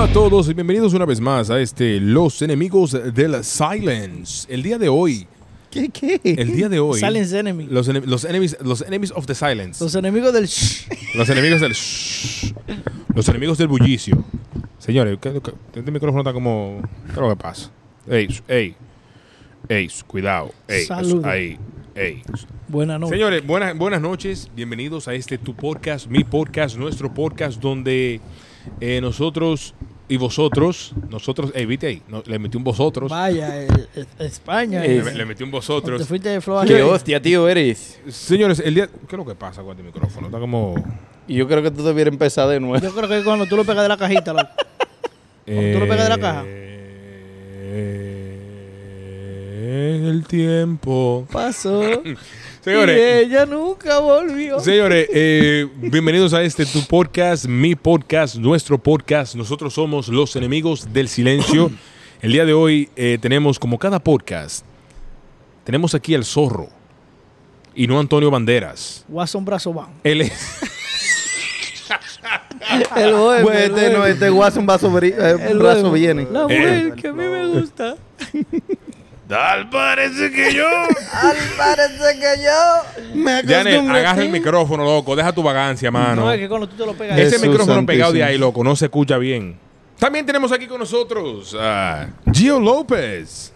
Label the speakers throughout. Speaker 1: a todos y bienvenidos una vez más a este Los Enemigos del Silence. El día de hoy,
Speaker 2: ¿Qué, qué?
Speaker 1: el día de hoy,
Speaker 2: Silence Enemy. Los,
Speaker 1: los, ene- los enemies, los enemies of the silence, los,
Speaker 2: enemigos del shh.
Speaker 1: enemigos del shh, los enemigos del bullicio. Señores, ¿qué- qué- este micrófono está como, ¿qué es lo que pasa? Ey, sh- ey, ey, sh- cuidado, ey, sh-
Speaker 2: Salud.
Speaker 1: ahí, ey.
Speaker 2: Buena noche.
Speaker 1: Señores, buenas, buenas noches. Bienvenidos a este tu podcast, mi podcast, nuestro podcast, donde eh, nosotros y vosotros, nosotros, eh, viste ahí, no, le metí un vosotros.
Speaker 2: Vaya, eh, eh, España.
Speaker 1: Le,
Speaker 2: eh.
Speaker 1: le metí un
Speaker 2: Te
Speaker 1: vosotros.
Speaker 2: fuiste de flow
Speaker 3: Qué
Speaker 2: ayer.
Speaker 3: hostia, tío, eres.
Speaker 1: Señores, el día. ¿Qué es lo que pasa con este micrófono? Está como.
Speaker 3: Y yo creo que tú debieras empezar de nuevo.
Speaker 2: Yo creo que cuando tú lo pegas de la cajita, loco. ¿Tú lo pegas de la caja?
Speaker 1: eh, El tiempo.
Speaker 2: Pasó.
Speaker 1: Señores,
Speaker 2: Y ella nunca volvió.
Speaker 1: Señores, eh, bienvenidos a este tu podcast, mi podcast, nuestro podcast. Nosotros somos los enemigos del silencio. El día de hoy eh, tenemos, como cada podcast, tenemos aquí al zorro y no Antonio Banderas.
Speaker 2: Watson Brazo Van.
Speaker 1: Él es
Speaker 2: El bohem,
Speaker 3: Pues
Speaker 2: el
Speaker 3: este, no,
Speaker 2: bohem.
Speaker 3: este guaso un vaso bri- eh,
Speaker 2: El
Speaker 3: brazo
Speaker 2: bohem.
Speaker 3: viene.
Speaker 2: La
Speaker 1: Eh.
Speaker 2: mujer que a mí me gusta.
Speaker 1: Tal parece que yo.
Speaker 3: parece que yo me
Speaker 1: Janet, agarra el micrófono, loco. Deja tu vagancia, mano.
Speaker 2: No, es que cuando tú te lo pegas.
Speaker 1: Ah, Ese
Speaker 3: Jesús
Speaker 1: micrófono pegado de
Speaker 3: santísimo.
Speaker 1: ahí, loco, no se escucha bien. También tenemos aquí con nosotros a Gio López.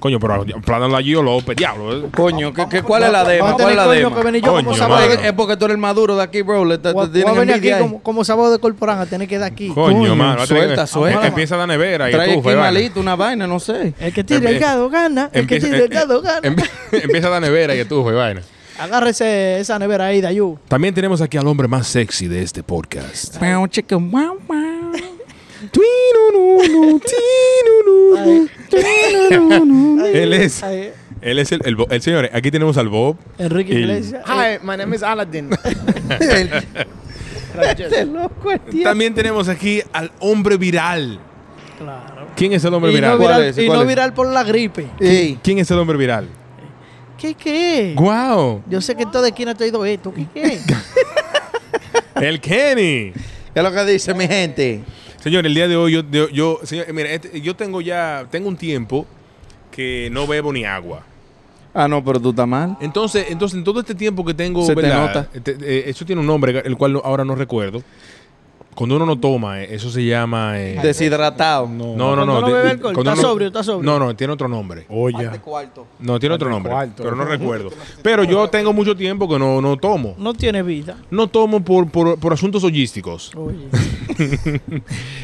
Speaker 1: Coño, pero aplaudan a Gio López, diablo. eh.
Speaker 3: Coño, ¿qué, qué- ¿cuál es la
Speaker 2: Vamos
Speaker 3: dema?
Speaker 2: a
Speaker 3: ¿Cuál es
Speaker 2: tener
Speaker 3: la
Speaker 2: coño
Speaker 3: dema?
Speaker 2: que venir yo
Speaker 1: Coño,
Speaker 2: como
Speaker 3: Ah,
Speaker 2: sábado.
Speaker 1: mano.
Speaker 3: es- Es porque tú eres el maduro de aquí, bro. Le, te, te
Speaker 2: Voy a- voy
Speaker 3: tienen
Speaker 2: a venir aquí
Speaker 3: envidia ahí.
Speaker 2: como, como sábado de corporán a tener que dar aquí.
Speaker 1: Coño, mano. va a tener
Speaker 3: suelta,
Speaker 1: que-
Speaker 3: suelta.
Speaker 1: eh, Empieza la nevera y
Speaker 3: Trae
Speaker 1: estufa,
Speaker 3: aquí
Speaker 1: y vaina.
Speaker 3: malito, una vaina, no sé.
Speaker 2: El que tira el
Speaker 1: Empieza-
Speaker 2: gado gana. El que
Speaker 1: Empieza-
Speaker 2: tira el
Speaker 1: eh,
Speaker 2: gado
Speaker 1: eh,
Speaker 2: gana.
Speaker 1: empi- Empieza la nevera y estufa y vaina.
Speaker 2: Agárrese esa nevera ahí de ayú.
Speaker 1: También tenemos aquí al hombre más sexy de este podcast.
Speaker 3: Wow, chica, wow, wow.
Speaker 1: Tuinununu, tinununu, tinununu. Él es,
Speaker 2: Ahí,
Speaker 1: él es el, el, Bo- el- señores. Aquí tenemos al Bob.
Speaker 2: Enrique
Speaker 1: El-
Speaker 2: Iglesias.
Speaker 4: Hi, my
Speaker 3: Em
Speaker 4: name is Aladdin.
Speaker 2: Este loco es tío.
Speaker 1: También tenemos aquí al hombre viral.
Speaker 2: Claro.
Speaker 1: ¿Quién es el hombre
Speaker 2: Y no
Speaker 1: viral?
Speaker 3: ¿Cuál
Speaker 2: viral,
Speaker 3: es?
Speaker 2: y
Speaker 3: ¿Cuál
Speaker 2: no
Speaker 3: es?
Speaker 2: viral por la gripe.
Speaker 3: Ey,
Speaker 1: ¿Quién es el hombre viral?
Speaker 2: ¿Qué qué?
Speaker 1: ¡Guau!
Speaker 2: Yo sé que en toda esquina te he oído esto. ¿Qué qué?
Speaker 1: ¡El Kenny!
Speaker 3: ¿Qué es lo que dice mi gente?
Speaker 1: Señor, el día de hoy yo, yo, yo- señor, eh, mira, este- yo tengo ya, tengo un tiempo que no bebo ni agua.
Speaker 3: Ah, no, pero tú estás mal.
Speaker 1: Entonces, entonces en todo este tiempo que tengo,
Speaker 3: Se te
Speaker 1: ¿verdad? Este, eh, eso tiene un nombre, el cual no- ahora no recuerdo. Cuando uno no toma, eh, eso se llama... eh,
Speaker 3: Deshidratado.
Speaker 1: no, no, no.
Speaker 2: Cuando uno
Speaker 1: de-
Speaker 2: bebe alcohol,
Speaker 1: cuando
Speaker 2: está
Speaker 1: uno-
Speaker 2: sobrio, está sobrio.
Speaker 1: No, no, tiene otro nombre.
Speaker 4: Oye.
Speaker 3: cuarto.
Speaker 1: No, tiene otro
Speaker 4: Al
Speaker 1: nombre,
Speaker 4: cuarto.
Speaker 1: pero no recuerdo. Pero yo tengo mucho tiempo que no, no tomo.
Speaker 2: No tiene vida.
Speaker 1: No tomo por, por, por asuntos hoyísticos.
Speaker 2: Oye.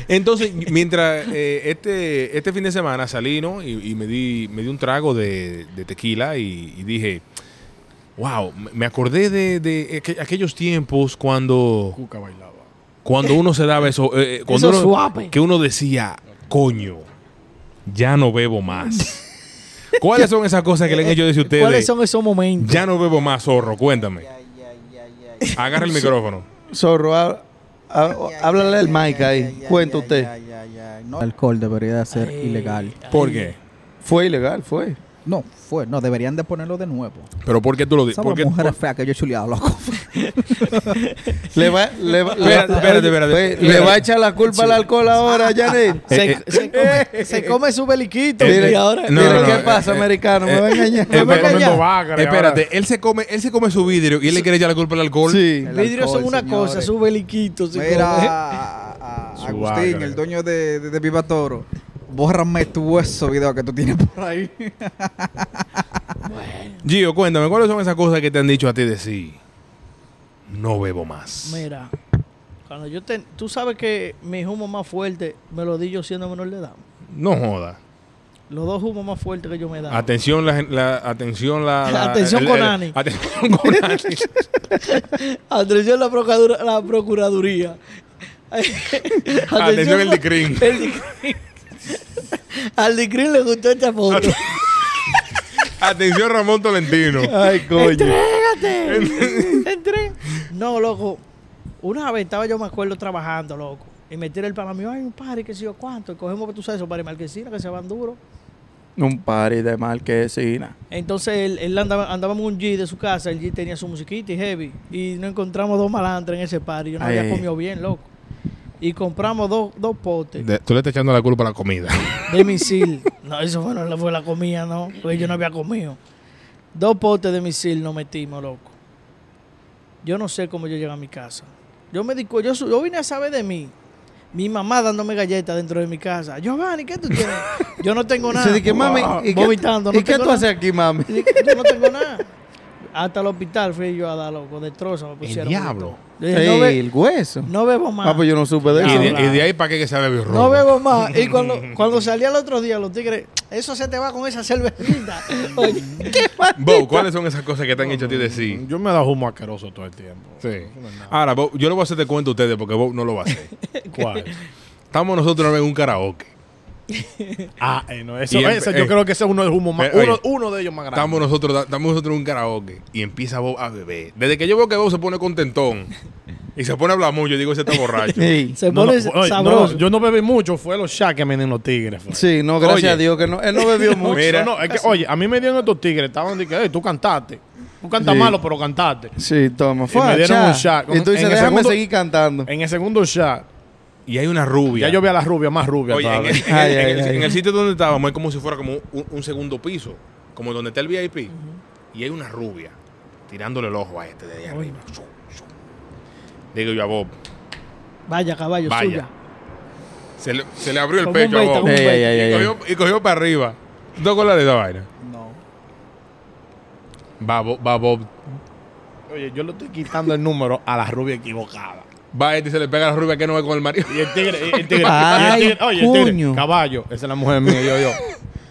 Speaker 1: Entonces, mientras eh, este, este fin de semana salí, ¿no? Y, y me, di, me di un trago de, de tequila y, y dije, wow, me- me acordé de, de aqu- aquellos tiempos cuando,
Speaker 4: Cuca bailaba.
Speaker 1: cuando uno se daba eso, eh, eh, cuando
Speaker 2: Eso
Speaker 1: uno-
Speaker 2: suave.
Speaker 1: que uno decía, coño, ya no bebo más. ¿Cuáles son esas cosas que le han hecho decir ustedes?
Speaker 2: ¿Cuáles son esos momentos?
Speaker 1: Ya no bebo más, zorro, cuéntame. Agarra el micrófono.
Speaker 3: Zorro, hab- hab- háblale al mic ahí. Cuenta usted.
Speaker 5: No, el alcohol debería ser
Speaker 2: Ay,
Speaker 5: ilegal.
Speaker 2: ay.
Speaker 1: ¿Por qué?
Speaker 3: Fue ilegal, fue.
Speaker 5: No, fue. No, deberían de ponerlo de nuevo.
Speaker 1: ¿Pero por qué tú lo dices?
Speaker 5: Somos
Speaker 1: ¿Por qué-
Speaker 5: mujeres feas que yo he chuleado, loco.
Speaker 3: Le va, le, va-
Speaker 1: Espérate,
Speaker 3: le-
Speaker 1: espérate,
Speaker 3: oye,
Speaker 1: espérate.
Speaker 3: ve,
Speaker 1: Espérate.
Speaker 3: le va a echar la culpa al alcohol ahora, Janet.
Speaker 1: Eh, eh,
Speaker 2: Se, se come, se come su beliquito.
Speaker 1: Eh,
Speaker 2: y
Speaker 3: Dile,
Speaker 2: ahora.
Speaker 1: no,
Speaker 3: dile
Speaker 1: no,
Speaker 3: qué
Speaker 1: no,
Speaker 3: pasa,
Speaker 1: eh,
Speaker 3: americano. me va a engañar.
Speaker 1: eh,
Speaker 3: Me va a
Speaker 1: espérate.
Speaker 3: engañar.
Speaker 4: Vaga,
Speaker 1: Espérate, él se come, él se come su vidrio y él le quiere echar la culpa al alcohol.
Speaker 3: Sí.
Speaker 5: El
Speaker 2: Vidrios son
Speaker 5: alcohol,
Speaker 2: una
Speaker 5: señores.
Speaker 2: cosa, su beliquito. se
Speaker 5: Mira,
Speaker 2: come.
Speaker 5: a- a- a-
Speaker 1: Su
Speaker 5: Agustín,
Speaker 1: ágara.
Speaker 5: el dueño de, de, de Viva Toro, bórrame tu eso video que tú tienes por ahí.
Speaker 1: Gio, cuéntame, ¿cuáles son esas cosas que te han dicho a ti de sí? No bebo más.
Speaker 2: Mira, cuando yo te, tú sabes que mi humo más fuerte me lo di yo siendo menor de edad.
Speaker 1: No joda.
Speaker 2: Los dos humos más fuertes que yo me daba.
Speaker 1: Atención, la, gen- la- atención, la, la-
Speaker 2: Atención,
Speaker 1: el- el-
Speaker 2: Conani.
Speaker 1: atención, Conani.
Speaker 2: Atención la, procadura- la Procuraduría.
Speaker 3: Ah,
Speaker 1: Atención, el
Speaker 2: pro-
Speaker 1: Dicrin.
Speaker 2: el Dicrin. Al Dicrin le gustó esta foto.
Speaker 3: Ah,
Speaker 1: atención, Ramón Tolentino.
Speaker 3: Ay, coño.
Speaker 2: ¡Entrégate! Entré. No, loco. Una vez estaba yo, me acuerdo, trabajando, loco. Y me tira el pana mío, ay, un par, qué sé yo cuánto. Y cogemos, tú sabes, eso, para Marquesina, que se van duro.
Speaker 3: Un party de marquesina.
Speaker 2: Entonces él, él andaba, andaba en un G de su casa, el G tenía su musiquita y heavy. Y no encontramos dos malandres en ese party. Yo no había
Speaker 3: Ay.
Speaker 2: comido bien, loco. y compramos dos, dos potes de,
Speaker 1: De- tú le estás echando la culpa a la comida.
Speaker 2: misil. No, eso fue, no fue la comida, no, porque yo no había comido. Dos potes de misil nos metimos, loco. Yo no sé cómo yo llegué a mi casa. Yo me di cu- yo, su- yo vine a saber de mí. Mi mamá dándome galletas dentro de mi casa. Giovanni, ¿qué tú tienes? Yo no tengo nada.
Speaker 3: Dice, que, mami, ¿y qué,
Speaker 2: Vomitando, no
Speaker 3: ¿y qué
Speaker 2: tengo
Speaker 3: tú
Speaker 2: nada.
Speaker 3: haces aquí, mami?
Speaker 2: Yo no tengo nada. Hasta el hospital fui yo a dar loco, de trozo me pusieron.
Speaker 1: diablo.
Speaker 2: Yo dije, Eh, no,
Speaker 3: Ey,
Speaker 2: be-
Speaker 3: el hueso.
Speaker 2: no bebo más.
Speaker 3: Ah, pues yo no supe de
Speaker 1: y,
Speaker 3: eso.
Speaker 1: de,
Speaker 2: claro.
Speaker 1: y de ahí para qué que se bebe ron.
Speaker 2: No bebo más. Y cuando, cuando salí al otro día, los tigres, eso se te va con esa cervecita. Oye,
Speaker 1: Bo, ¿cuáles son esas cosas que te han hecho a ti decir?
Speaker 4: Yo me he dado humo asqueroso todo el tiempo.
Speaker 1: Sí.
Speaker 4: Eso no es nada.
Speaker 1: Ahora, Bo, yo lo voy a hacer de cuento a ustedes porque Bo no lo va a hacer.
Speaker 4: ¿Cuál?
Speaker 1: Estamos nosotros una vez en un karaoke.
Speaker 4: ah, eh, no, eso,
Speaker 1: Y el-
Speaker 4: ese,
Speaker 1: eh,
Speaker 4: yo creo que ese es uno de los humos más.
Speaker 1: eh, oye,
Speaker 4: uno, uno de ellos más grandes.
Speaker 1: Estamos nosotros, estamos nosotros en un karaoke y empieza Bob a beber. Desde que yo veo que Bob se pone contentón y se pone a hablar mucho, yo digo, ese está borracho.
Speaker 3: Ey.
Speaker 2: se
Speaker 4: No, no,
Speaker 2: pone
Speaker 4: oye,
Speaker 2: sabroso.
Speaker 4: no, yo no bebí mucho, fue los shots que me dieron los tigres. fue.
Speaker 3: Sí, no, gracias
Speaker 1: Oye.
Speaker 3: a Dios que no, él no bebió mucho.
Speaker 1: Mira.
Speaker 4: No, no, es que, oye, a mí me dieron estos tigres, estaban diciendo, "Ey, tú cantaste. Tú cantas
Speaker 3: Sí.
Speaker 4: malo, pero cantaste.
Speaker 3: Sí, toma. Fue
Speaker 4: me
Speaker 3: a
Speaker 4: dieron un
Speaker 3: chat.
Speaker 4: shot.
Speaker 3: Y tú
Speaker 4: En
Speaker 3: dices,
Speaker 4: el
Speaker 3: déjame
Speaker 4: segundo-
Speaker 3: seguir cantando.
Speaker 4: En el segundo shot,
Speaker 1: Y hay una rubia.
Speaker 4: ya yo vi a la rubia más rubia.
Speaker 1: Oye, en
Speaker 4: todavía.
Speaker 1: el, en el-
Speaker 3: Ay,
Speaker 1: en
Speaker 3: ay,
Speaker 1: el-
Speaker 3: ay.
Speaker 1: en el sitio donde estábamos es como si fuera como un, un segundo piso, como donde está el VIP. Y hay una rubia tirándole el ojo a este de allá arriba. Shum, shum. Digo yo a Bob,
Speaker 2: Vaya, caballo,
Speaker 1: Vaya.
Speaker 2: suya.
Speaker 1: se le, se le abrió el
Speaker 2: Como un
Speaker 1: pecho oh. a
Speaker 2: beta,
Speaker 1: Bob
Speaker 2: como un
Speaker 1: y
Speaker 3: Ey, ey,
Speaker 2: beta.
Speaker 3: ey, ey.
Speaker 1: cogió, y cogió para arriba. ¿Tú te acuerdas de esa vaina?
Speaker 5: No.
Speaker 1: Va, Bo- va Bob,
Speaker 4: Oye, yo le estoy quitando el número a la rubia equivocada.
Speaker 1: va este y se le pega a la rubia que no ve con el marido.
Speaker 4: Y el tigre, y el tigre, y el
Speaker 3: Ay,
Speaker 4: tigre, oye, el tigre,
Speaker 3: coño.
Speaker 4: caballo, esa es la mujer mía, yo, yo.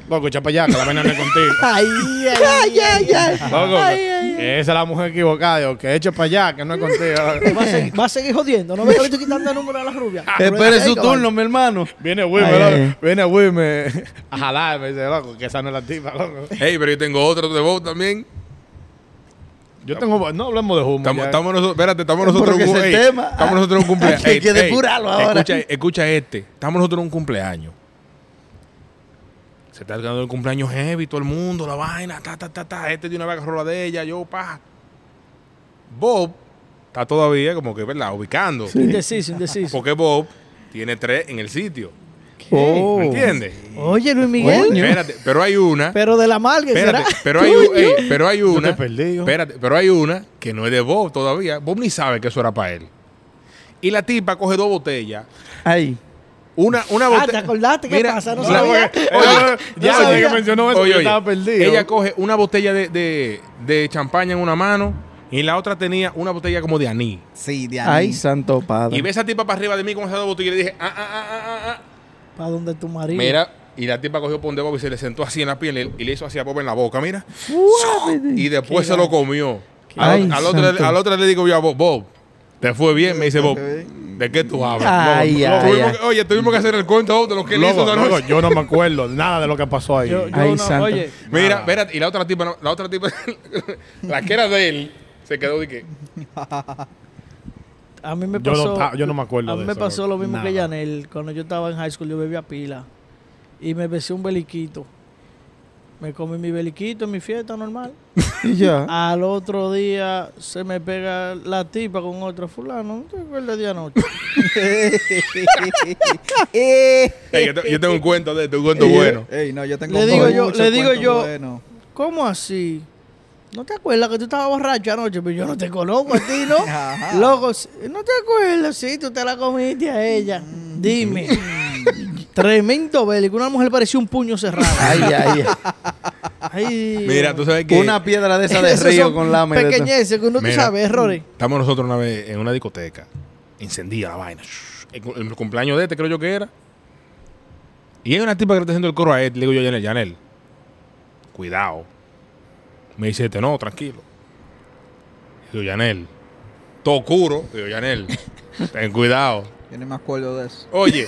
Speaker 4: Loco, echa para allá, que la vaina no es contigo.
Speaker 2: Ay, ay, ay, ay.
Speaker 4: Loco,
Speaker 2: Ay, ay, ay.
Speaker 4: esa es la mujer equivocada, yo, que echa para allá, que no es contigo.
Speaker 2: Va a, seguir, va a seguir jodiendo. No me estoy quitando el número a la rubia.
Speaker 3: Espere
Speaker 2: Ay,
Speaker 3: Eh, su
Speaker 2: caballo.
Speaker 3: turno, mi hermano.
Speaker 4: Viene Wilmer,
Speaker 3: Ay,
Speaker 4: loco,
Speaker 3: ay.
Speaker 4: viene Wilmer a jalarme, dice, loco, que esa no es la tipa, loco.
Speaker 1: Ey, pero yo tengo otro de Bob también.
Speaker 4: Yo tengo, no hablemos de humo.
Speaker 1: Estamos,
Speaker 4: ya.
Speaker 1: estamos nosotros, espérate, estamos nosotros
Speaker 3: Porque
Speaker 1: en un-
Speaker 3: ese
Speaker 1: ey,
Speaker 3: tema-
Speaker 1: Estamos nosotros en un cumpleaños.
Speaker 3: que hay que
Speaker 1: Ey, ey,
Speaker 3: depurarlo ahora.
Speaker 1: Escucha, escucha este. Estamos nosotros en un cumpleaños. Se está dando el cumpleaños heavy, todo el mundo, la vaina, ta, ta, ta, ta. Este de una vez agarró la de ella, yo, pa. Bob está todavía como que, ¿verdad? Ubicando.
Speaker 2: Indeciso, indeciso.
Speaker 1: Porque Bob tiene tres en el sitio.
Speaker 3: Oh.
Speaker 1: ¿Me entiendes?
Speaker 2: Oye, Luis Miguel.
Speaker 3: Coño.
Speaker 1: Espérate, pero hay una.
Speaker 2: Pero de la mal que será.
Speaker 1: Espérate, pero hay, u- ey, pero hay una.
Speaker 4: te perdí, yo.
Speaker 1: espérate, pero hay una que no es de Bob todavía. Bob ni sabe que eso era para él. Y la tipa coge dos botellas.
Speaker 3: Ahí.
Speaker 1: Una, una
Speaker 2: Ah, ¿te
Speaker 1: botella.
Speaker 2: acordaste qué
Speaker 1: Mira,
Speaker 2: pasa? No
Speaker 1: no,
Speaker 2: sabía.
Speaker 4: Eh, eh, ya,
Speaker 2: sabía.
Speaker 4: ya que mencionó eso, yo estaba perdido.
Speaker 1: Ella coge una botella de, de- de champaña en una mano y en la otra tenía una botella como de anís.
Speaker 5: Sí, de ahí.
Speaker 3: Ay, santo padre.
Speaker 1: Y ve esa tipa para arriba de mí con esas dos botellas y le dije, ah, ah, ah, ah, ah, ah.
Speaker 2: ¿Para donde tu marido?
Speaker 1: Mira, y la tipa cogió por de Bob y se le sentó así en la piel y- y le hizo así a Bob en la boca, mira. Y después se lo comió.
Speaker 3: Ay,
Speaker 1: Al, al otro,
Speaker 3: santo.
Speaker 1: al otro le digo yo a Bob, Bob, te fue bien. Me dice Bob, ¿de qué tú hablas?
Speaker 3: Ay,
Speaker 1: Loco,
Speaker 3: ay,
Speaker 1: tuvimos
Speaker 3: ay.
Speaker 1: que- oye, tuvimos que hacer el cuento Bob, de lo que él hizo
Speaker 4: Loco,
Speaker 1: esa
Speaker 4: loco,
Speaker 1: noche.
Speaker 4: yo no me acuerdo nada de lo que pasó ahí.
Speaker 2: Yo, yo
Speaker 3: Ay,
Speaker 2: no-
Speaker 3: santo.
Speaker 2: Oye,
Speaker 1: Mira, espérate, y la otra tipa, no, la otra tipa, la que era de él, se quedó de que.
Speaker 2: a mí me
Speaker 4: Yo no
Speaker 2: pasó.
Speaker 4: ta- yo no me acuerdo
Speaker 2: A mí
Speaker 4: de
Speaker 2: me
Speaker 4: eso,
Speaker 2: pasó lo
Speaker 4: loco.
Speaker 2: mismo que
Speaker 4: Nada.
Speaker 2: Yanel. Cuando yo estaba en high school, yo bebía pila. Y me besé un beliquito. Me comí mi beliquito en mi fiesta normal.
Speaker 3: Y ya.
Speaker 1: Ah.
Speaker 2: Al otro día se me pega la tipa con otro fulano. No te acuerdas de anoche.
Speaker 1: Ey, yo, te- yo tengo un cuento de este, un cuento
Speaker 3: Y-
Speaker 1: bueno.
Speaker 5: Ey, no, yo tengo
Speaker 2: Le digo yo-
Speaker 5: muchos
Speaker 2: le digo
Speaker 5: cuentos
Speaker 2: yo-
Speaker 5: buenos.
Speaker 2: ¿Cómo así? ¿No te acuerdas que tú estabas borracho anoche? Pero yo no te conozco a ti, ¿no?
Speaker 5: Ajá.
Speaker 2: Loco, sí, ¿no te acuerdas? Sí, tú te la comiste a ella.
Speaker 4: Mm.
Speaker 2: Dime. Tremendo bélico. Una mujer parecía un puño cerrado.
Speaker 3: Ay, ay,
Speaker 2: Ay,
Speaker 1: Mira, tú sabes
Speaker 3: ay.
Speaker 1: que
Speaker 3: Una piedra de esa de
Speaker 2: Esos
Speaker 3: río
Speaker 2: son
Speaker 3: con lama. y de todo.
Speaker 2: Pequeñeces que uno tú
Speaker 1: Mira.
Speaker 2: sabes, errores.
Speaker 1: estamos nosotros una vez en una discoteca, encendía la vaina. shh, El, cu- el cumpleaños de este, creo yo que era. Y hay una tipa que le está haciendo el coro a
Speaker 4: este,
Speaker 1: él, le digo yo a Yanel, Yanel, cuidado. Me dice este, no, tranquilo. Le digo, Yanel, todo oscuro. Le digo, Yanel, ten cuidado.
Speaker 5: Yo no me acuerdo de eso.
Speaker 1: Oye.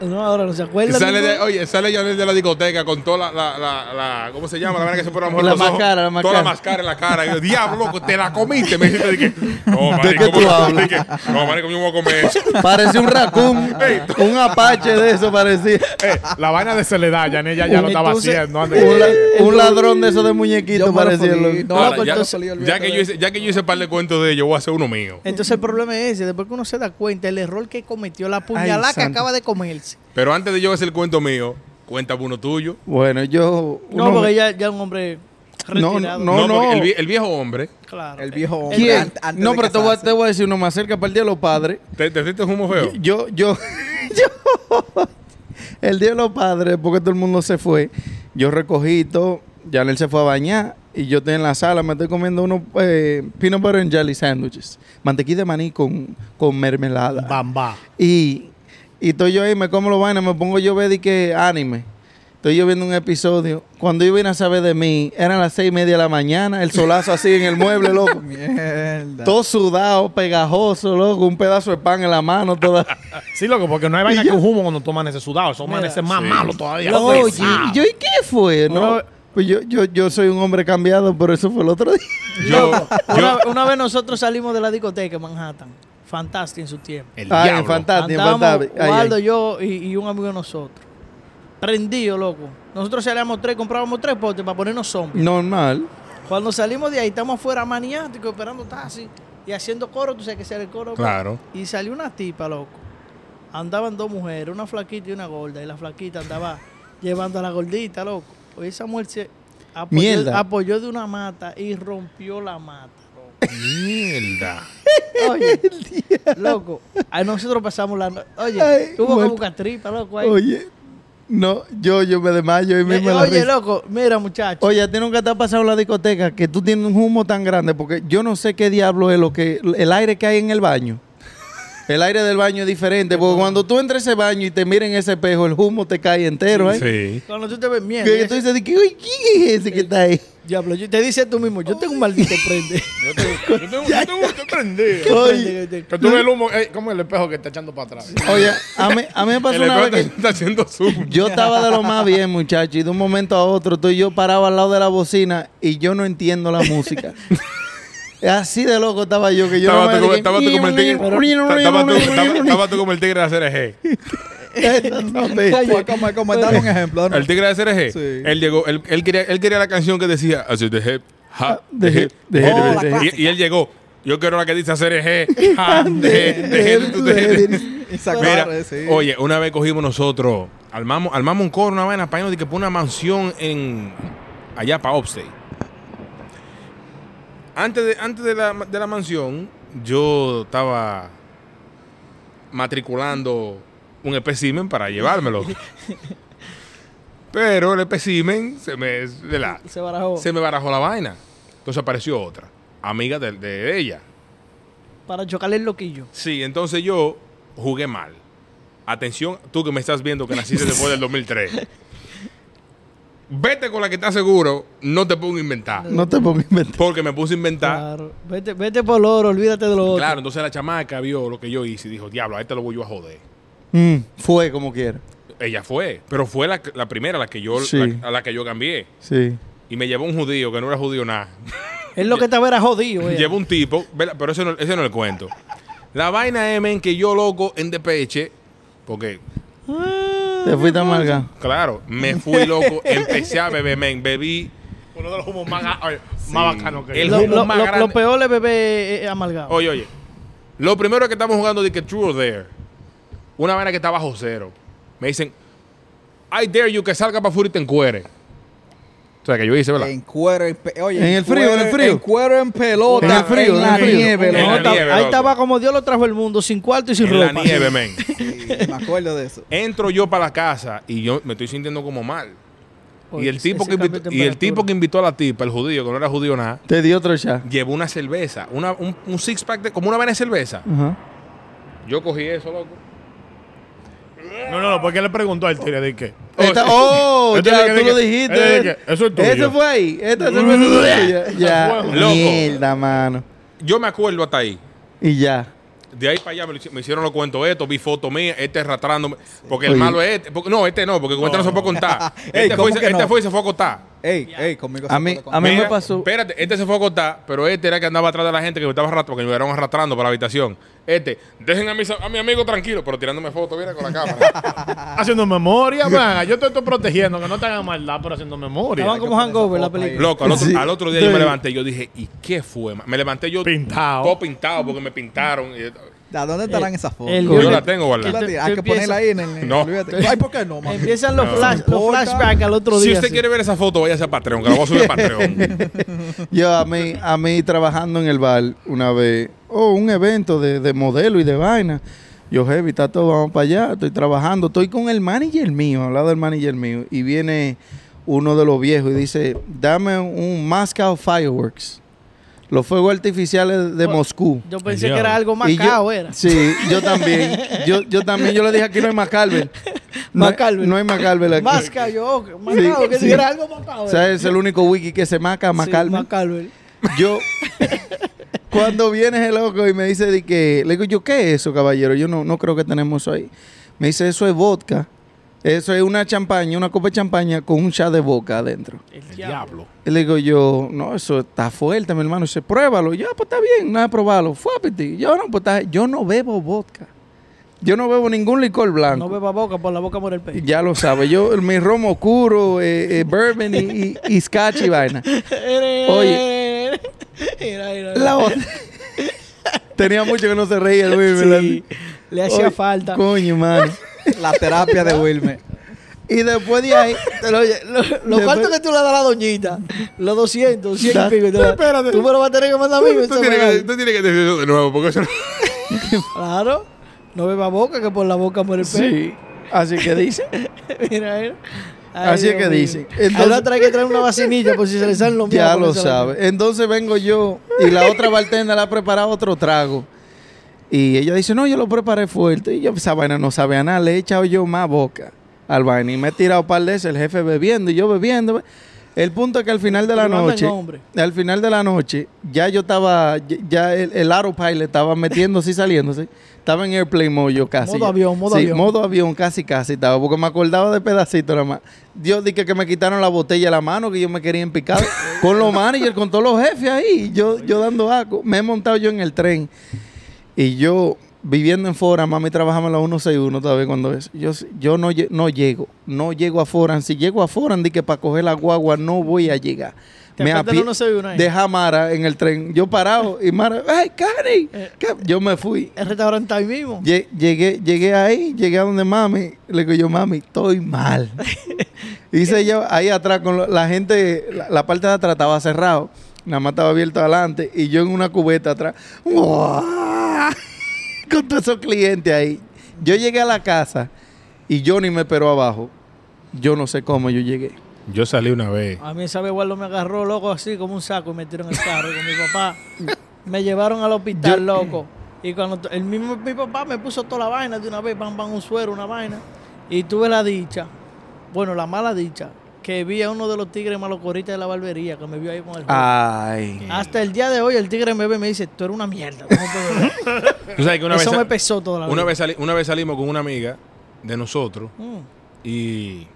Speaker 2: Mm. No, ahora no se
Speaker 1: Y
Speaker 2: acuerdan.
Speaker 1: sale
Speaker 2: ninguno.
Speaker 1: de, oye, sale Yanel de la discoteca con toda la, la, la, la- ¿cómo se llama? La verdad que se pone a lo mejor
Speaker 3: La
Speaker 1: los ojos.
Speaker 3: máscara, la
Speaker 1: Toda la
Speaker 3: máscara.
Speaker 1: máscara en la cara. Y yo, Diablo, loco, te la comiste. Me dijiste, dije, no,
Speaker 3: ¿De
Speaker 1: marico,
Speaker 3: qué tú
Speaker 1: ¿cómo-
Speaker 3: hablas?
Speaker 1: dije, no, marico, yo me voy a comer eso.
Speaker 3: Parece un raccoon. un apache de eso parecía.
Speaker 4: Eh, la vaina de celedad, ya ella ya lo estaba
Speaker 2: Entonces-
Speaker 4: haciendo. antes que-
Speaker 3: Un, la- un ladrón de eso de muñequito
Speaker 5: Yo me lo
Speaker 3: parecía.
Speaker 5: comí.
Speaker 3: loco.
Speaker 5: No,
Speaker 1: Ahora,
Speaker 5: pues
Speaker 1: ya,
Speaker 5: entonces-
Speaker 1: ya que yo hice, ya que yo hice par de cuentos de ellos, voy a hacer uno mío.
Speaker 3: Eh.
Speaker 2: Entonces el problema es ese. Después que uno se da cuenta, el error que cometió, la puñalada que
Speaker 3: santo.
Speaker 2: acaba de comerse.
Speaker 1: Pero antes de yo hacer el cuento mío, cuenta uno tuyo.
Speaker 3: Bueno, yo.
Speaker 2: No,
Speaker 3: uno-
Speaker 2: porque ya, ya un hombre
Speaker 3: No,
Speaker 2: retirado.
Speaker 3: no, no.
Speaker 1: porque El, vie- el viejo hombre.
Speaker 2: Claro.
Speaker 5: El viejo hombre.
Speaker 3: ¿Quién?
Speaker 5: An- antes
Speaker 3: no,
Speaker 5: de
Speaker 3: pero te voy, a,
Speaker 5: casarse.
Speaker 3: te voy a decir uno más cerca para el Día de los Padres.
Speaker 1: ¿Te, te fuiste humo feo?
Speaker 3: Yo, yo, yo, el día de los padres, porque todo el mundo se fue, yo recogí todo, Janel se fue a bañar y yo estoy en la sala, me estoy comiendo unos eh, peanut butter and jelly sandwiches, mantequilla de maní con, con mermelada.
Speaker 4: Bamba.
Speaker 3: Y, y estoy yo ahí, me como los vainas, me pongo yo a ver de que anime. Estoy yo viendo un episodio. Cuando yo vine a saber de mí, eran las seis y media de la mañana, el solazo así en el mueble, loco.
Speaker 5: Mierda.
Speaker 3: Todo sudado, pegajoso, loco, un pedazo de pan en la mano toda.
Speaker 4: Sí, loco, porque no hay vaina que humo cuando toman ese sudado. Eso amanece más
Speaker 1: Sí.
Speaker 4: malo todavía. ah.
Speaker 3: Loco,
Speaker 4: Pesado.
Speaker 3: oye, ¿y yo, ¿y qué fue? No, pues yo, yo, yo soy un hombre cambiado, pero eso fue el otro día.
Speaker 1: Yo.
Speaker 2: Una,
Speaker 1: yo
Speaker 2: una vez nosotros salimos de la discoteca en Manhattan. Fantástico en su tiempo.
Speaker 1: el
Speaker 3: Ay, en
Speaker 1: diablo.
Speaker 3: Fantastic, en
Speaker 2: Andábamos,
Speaker 3: Fantastic. Ay, ay.
Speaker 2: Waldo, yo y, y un amigo de nosotros. Prendido, loco. Nosotros salíamos tres, comprábamos tres potes para ponernos zombies.
Speaker 3: Normal.
Speaker 2: Cuando salimos de ahí, estamos afuera maniáticos, esperando taxi y haciendo coro. Tú sabes que sea el coro.
Speaker 1: Claro.
Speaker 2: Y salió una tipa, loco. Andaban dos mujeres, una flaquita y una gorda. Y la flaquita andaba llevando a la gordita, loco. Oye, esa mujer se apoyó,
Speaker 3: Mierda.
Speaker 2: apoyó de una mata y rompió la mata, loco.
Speaker 1: Mierda.
Speaker 2: Oye, loco. Ahí nosotros pasamos la noche. Oye,
Speaker 3: Ay,
Speaker 2: tuvo que
Speaker 3: muerto.
Speaker 2: buscar tripa, loco. ahí.
Speaker 3: Oye, no, yo, yo me desmayo y
Speaker 2: Me-
Speaker 3: mismo la
Speaker 2: oye,
Speaker 3: risa.
Speaker 2: loco, mira, muchacho.
Speaker 3: Oye, a ti nunca te ha pasado en la discoteca que tú tienes un humo tan grande porque yo no sé qué diablo es lo que el aire que hay en el baño. El aire del baño es diferente porque cuando tú entras a ese baño y te miras en ese espejo, el humo te cae entero, ¿eh?
Speaker 1: Sí.
Speaker 2: Cuando tú te ves mierda,
Speaker 3: Que tú
Speaker 2: ese-
Speaker 3: dices, de que, "Uy, ¿quién es ese que está ahí?
Speaker 2: diablo, yo- te dices tú mismo, yo tengo un maldito prende.
Speaker 4: Yo te- yo te- yo te gusta prender.
Speaker 2: Prende que te-
Speaker 4: Que tú ves el humo, eh, como el espejo que está echando para atrás.
Speaker 3: Oye, a mí, a mí me pasó
Speaker 1: El
Speaker 3: una
Speaker 1: espejo
Speaker 3: vez
Speaker 1: te-
Speaker 3: que...
Speaker 1: está haciendo zoom.
Speaker 3: Yo estaba de lo más bien, muchacho, y de un momento a otro estoy yo parado al lado de la bocina y yo no entiendo la música. Así de loco estaba yo que yo
Speaker 1: Estaba
Speaker 3: nomás
Speaker 1: tú como
Speaker 3: dije,
Speaker 1: estaba tú como el tigre. Estaba tú- estaba- Estaba tú como el tigre de CRG.
Speaker 3: Exactamente.
Speaker 5: Fue como, como dar un ejemplo. ¿no?
Speaker 1: El tigre de CRG.
Speaker 5: Sí.
Speaker 1: Él llegó, él, él quería, él quería la canción que decía Hacer de hip, ha, de hip, de hip,
Speaker 5: Oh, la
Speaker 1: de hip.
Speaker 5: clásica.
Speaker 1: Y, y él llegó. Yo quiero la que dice CRG. ha, de hip, de hip, de hip".
Speaker 5: Y sacar,
Speaker 1: Mira,
Speaker 5: eh, sí.
Speaker 1: oye, una vez cogimos nosotros, armamos, armamos un coro, una vaina, para irnos de que por una mansión en allá para Upstate. Antes de, antes de, la, de la mansión, yo estaba matriculando un espécimen para llevármelo. Pero el espécimen se me, se la-
Speaker 2: Se barajó.
Speaker 1: se me barajó la vaina. Entonces apareció otra, amiga de- de ella.
Speaker 2: Para chocarle el loquillo.
Speaker 1: Sí, entonces yo jugué mal. Atención, tú que me estás viendo que naciste después del 2003. Vete con la que estás seguro, no te pongo a inventar.
Speaker 3: No Ah, te pongo a inventar.
Speaker 1: Porque me puse a inventar.
Speaker 2: Claro. Vete, vete por el oro, olvídate de lo otro.
Speaker 1: Claro, entonces la chamaca vio lo que yo hice y dijo, diablo, a este lo voy yo a joder.
Speaker 3: Mm, fue como quiera.
Speaker 1: Ella fue, pero fue la, la primera, la que yo,
Speaker 3: Sí.
Speaker 1: la- a la que yo cambié.
Speaker 3: Sí.
Speaker 1: Y me llevó un judío, que no era judío nada.
Speaker 2: Es lo que estaba era jodido. era.
Speaker 1: Llevo un tipo, vela, pero ese no, ese no es el cuento. La vaina M en que yo loco en depeche, porque
Speaker 3: Te fuiste amargado.
Speaker 1: Claro, me fui loco, empecé a beber, men, bebí. ah,
Speaker 4: Uno de los humos más, ga- oye, más bacanos que
Speaker 1: El
Speaker 2: lo,
Speaker 1: humo
Speaker 2: lo-
Speaker 1: más
Speaker 2: lo-
Speaker 1: grande.
Speaker 2: lo peor es beber eh, amalgado.
Speaker 1: Oye, oye. Lo primero que estamos jugando de que True or Dare, una vaina que está bajo cero. Me dicen, I dare you que salga para afuera y te encuere. O sea, que yo hice, ¿verdad?
Speaker 5: En cuero, en pe- oye,
Speaker 3: En el frío, en
Speaker 5: cuero,
Speaker 3: el frío.
Speaker 5: En cuero, en pelota.
Speaker 3: En el frío,
Speaker 5: en
Speaker 3: en
Speaker 5: la
Speaker 3: el frío.
Speaker 5: nieve.
Speaker 1: En
Speaker 2: No,
Speaker 1: la
Speaker 5: loco.
Speaker 2: estaba-
Speaker 1: nieve,
Speaker 2: ahí
Speaker 1: loco.
Speaker 2: estaba como Dios lo trajo al mundo, sin cuarto y sin
Speaker 1: En
Speaker 2: ropa.
Speaker 1: la nieve, men.
Speaker 5: Sí, me acuerdo de eso.
Speaker 1: Entro yo para la casa y yo me estoy sintiendo como mal.
Speaker 2: Oye,
Speaker 1: y, el tipo
Speaker 2: ese
Speaker 1: que
Speaker 2: cambio
Speaker 1: invitó,
Speaker 2: de
Speaker 1: y el tipo
Speaker 2: temperatura.
Speaker 1: que invitó a la tipa, el judío, que no era judío nada,
Speaker 3: Te di otro chat.
Speaker 1: llevó una cerveza, una, un, un six pack, de, como una vaina de cerveza.
Speaker 3: Ajá.
Speaker 1: Yo cogí eso, loco.
Speaker 4: No, no, no, porque le preguntó al tigre de que.
Speaker 3: Esta- oh,
Speaker 4: Este
Speaker 3: ya
Speaker 4: de que-
Speaker 3: tú lo
Speaker 4: de que-
Speaker 3: dijiste.
Speaker 4: este de que- eso es tuyo.
Speaker 3: Eso fue ahí.
Speaker 2: este
Speaker 3: Esta cerveza es tuya. Ya.
Speaker 1: fue. Loco.
Speaker 3: Mierda, mano.
Speaker 1: Yo me acuerdo hasta ahí.
Speaker 3: Y ya.
Speaker 1: De ahí para allá me, lo hici- me hicieron los cuentos estos, vi fotos mías, este arrastrándome. Porque el
Speaker 3: Oye.
Speaker 1: malo es este. porque- no, este no, porque con este no se puede contar.
Speaker 5: Ey,
Speaker 1: este,
Speaker 5: ¿cómo
Speaker 1: fue, y se-
Speaker 5: que no?
Speaker 1: este fue y se fue a acostar.
Speaker 5: Ey, ey, conmigo
Speaker 3: A
Speaker 5: se
Speaker 3: mí-
Speaker 5: puede
Speaker 3: a mí
Speaker 5: contar.
Speaker 3: me pasó-
Speaker 1: Espérate, este se fue a acostar, pero este era el que andaba atrás de la gente que me estaba arrastrando, porque me fueron arrastrando para la habitación. Este, dejen a, mis, a mi amigo tranquilo, pero tirándome fotos, mira con la cámara.
Speaker 4: Haciendo memoria, man. Yo te estoy protegiendo, que no te hagan maldad, pero haciendo memoria.
Speaker 2: Estaban como hangover la
Speaker 5: foto ahí.
Speaker 2: película.
Speaker 1: Loco, al otro,
Speaker 3: Sí.
Speaker 1: al otro día yo
Speaker 3: Sí.
Speaker 1: me levanté y yo dije, ¿y qué fue? ma-?" Me levanté yo
Speaker 4: Pintado.
Speaker 1: todo pintado porque me pintaron. y-
Speaker 5: ¿A dónde estarán esas fotos?
Speaker 2: el-
Speaker 5: Tú
Speaker 1: Yo
Speaker 5: la-
Speaker 1: la tengo
Speaker 5: tú
Speaker 1: guardada.
Speaker 5: la
Speaker 2: Tú-
Speaker 5: tienes.
Speaker 2: tú
Speaker 5: Hay que ponerla ahí en el.
Speaker 1: No.
Speaker 5: olvídate. Ay, ¿por qué no, mami?
Speaker 2: Empiezan los,
Speaker 1: No
Speaker 2: flash, los
Speaker 5: importa.
Speaker 2: flashbacks al otro
Speaker 1: Si
Speaker 2: día.
Speaker 1: usted
Speaker 2: sí.
Speaker 1: quiere ver esa foto, váyase a Patreon, que la voy a subir a Patreon.
Speaker 3: Yo a mí, a mí trabajando en el bar una vez, oh, un evento de, de modelo y de vaina. Yo, heavy, está todo, vamos para allá, estoy trabajando, estoy con el manager mío, al lado del manager mío, y viene uno de los viejos y dice, dame un Moscow Fireworks, los fuegos artificiales de
Speaker 2: Oh,
Speaker 3: Moscú.
Speaker 2: Yo pensé
Speaker 1: El
Speaker 2: que era
Speaker 1: diablo.
Speaker 2: algo
Speaker 3: Y yo-
Speaker 2: macao, era.
Speaker 3: Sí, yo también. Yo, yo también, yo le dije, aquí no hay Macalver. No, hay-
Speaker 2: Macalver.
Speaker 3: no hay Macalver aquí.
Speaker 2: Masca, yo, macao, que
Speaker 3: sí.
Speaker 2: si era algo macao.
Speaker 3: O sea, es el único wiki que se maca, Macalver. Yo, cuando viene ese loco y me dice de que, le digo yo, ¿qué es eso, caballero? Yo no, no creo que tenemos eso ahí. Me dice, eso es vodka. Eso es una champaña, una copa de champaña con un shot de vodka adentro.
Speaker 2: El
Speaker 4: El
Speaker 2: diablo.
Speaker 4: diablo.
Speaker 3: Y le digo yo, no, eso está fuerte, mi hermano. Dice, pruébalo. Yo, "Ah, pues está bien, nada, pruébalo. Fuapiti. Yo no, pues está- yo no bebo vodka. Yo no bebo ningún licor blanco.
Speaker 2: No beba boca, por la boca muere el pez.
Speaker 3: ya lo sabe, yo mi romo oscuro, eh, eh, bourbon y, y, y scotch y vaina. Oye.
Speaker 2: Mira, mira,
Speaker 3: La
Speaker 2: mira.
Speaker 3: otra. Tenía mucho que no se reía el Wilmer.
Speaker 2: Sí, le hacía
Speaker 3: Ay,
Speaker 2: falta.
Speaker 3: Coño, mano.
Speaker 5: La terapia de Wilmer.
Speaker 3: Y después de ahí.
Speaker 2: Pero oye, lo, lo
Speaker 3: Después-
Speaker 2: cuarto que tú le das a la doñita, los 200, 200
Speaker 3: Da-
Speaker 2: y pico, y te la-
Speaker 3: Espérate.
Speaker 2: tú me lo vas a tener que mandar a mí.
Speaker 1: tú,
Speaker 2: ese
Speaker 1: tienes que,
Speaker 2: regalo.
Speaker 1: tú tienes que decir eso de nuevo, porque eso no-
Speaker 2: Claro, no beba boca, que por la boca muere el pez.
Speaker 3: sí. Así que dice.
Speaker 2: Mira, mira.
Speaker 3: Así es que dicen. Entonces-
Speaker 2: Ahora trae que traer una vacinilla por pues, si se le salen los
Speaker 3: Ya
Speaker 2: mocos,
Speaker 3: lo
Speaker 2: se la-
Speaker 3: sabe. Entonces vengo yo y la otra bartender le ha preparado otro trago. Y ella dice, no, yo lo preparé fuerte. Y yo, esa vaina no sabe a nada. Le he echado yo más boca al vaina. Y me he tirado un par de veces, el jefe bebiendo y yo bebiendo. El punto es que al final de la
Speaker 2: Pero no anden
Speaker 3: noche,
Speaker 2: hombre.
Speaker 3: al final de la noche, ya yo estaba, ya- ya el, el autopilot estaba metiéndose y saliéndose. Estaba en airplane mode yo casi.
Speaker 2: Modo avión, modo
Speaker 3: Sí,
Speaker 2: avión.
Speaker 3: modo avión, casi, casi estaba. Porque me acordaba de pedacito nada más. Dios dije que me quitaron la botella de la mano, que yo me quería empicar. con los managers, con todos los jefes ahí. Yo, yo dando aco. Me he montado yo en el tren. Y yo, viviendo en Foran, mami trabajaba en la 161 todavía cuando es. Yo, yo no, lle- no llego, no llego a Foran. Si llego a Foran, di que para coger la guagua no voy a llegar.
Speaker 2: Te
Speaker 3: Me
Speaker 2: faltan
Speaker 3: apie-
Speaker 2: unos desayunos ahí.
Speaker 3: Deja a Mara en el tren. Yo parado y Mara, ¡ay, Cari!
Speaker 2: Eh.
Speaker 3: Ca-". Yo me fui.
Speaker 2: El restaurante está ahí mismo.
Speaker 3: Lle- Llegué, llegué ahí, llegué a donde mami, le digo yo, mami, estoy mal. Hice yo ahí atrás con lo- la gente, la, la parte de atrás estaba cerrado, nada más estaba abierto adelante y yo en una cubeta atrás, ¡guau! con todos esos clientes ahí. Yo llegué a la casa y Johnny me esperó abajo. Yo no sé cómo yo llegué.
Speaker 1: Yo salí una vez.
Speaker 2: A mí esa vez Waldo me agarró, loco, así como un saco y me tiró en el carro con mi papá. Me llevaron al hospital, loco. Y cuando t- el mismo mi papá me puso toda la vaina de una vez, pam, pam, un suero, una vaina. Y tuve la dicha, bueno, la mala dicha, que vi a uno de los tigres malocoritas de la barbería que me vio ahí con el juego.
Speaker 1: Ah.
Speaker 3: Ay.
Speaker 2: Hasta el día de hoy el tigre me ve y me dice, tú eres una mierda. ¿cómo te ves?".
Speaker 1: Tú sabes que una
Speaker 2: Eso
Speaker 1: vez,
Speaker 2: me pesó toda la
Speaker 1: una,
Speaker 2: vida.
Speaker 1: vez sali- una vez salimos con una amiga de nosotros
Speaker 2: Mm.
Speaker 1: y,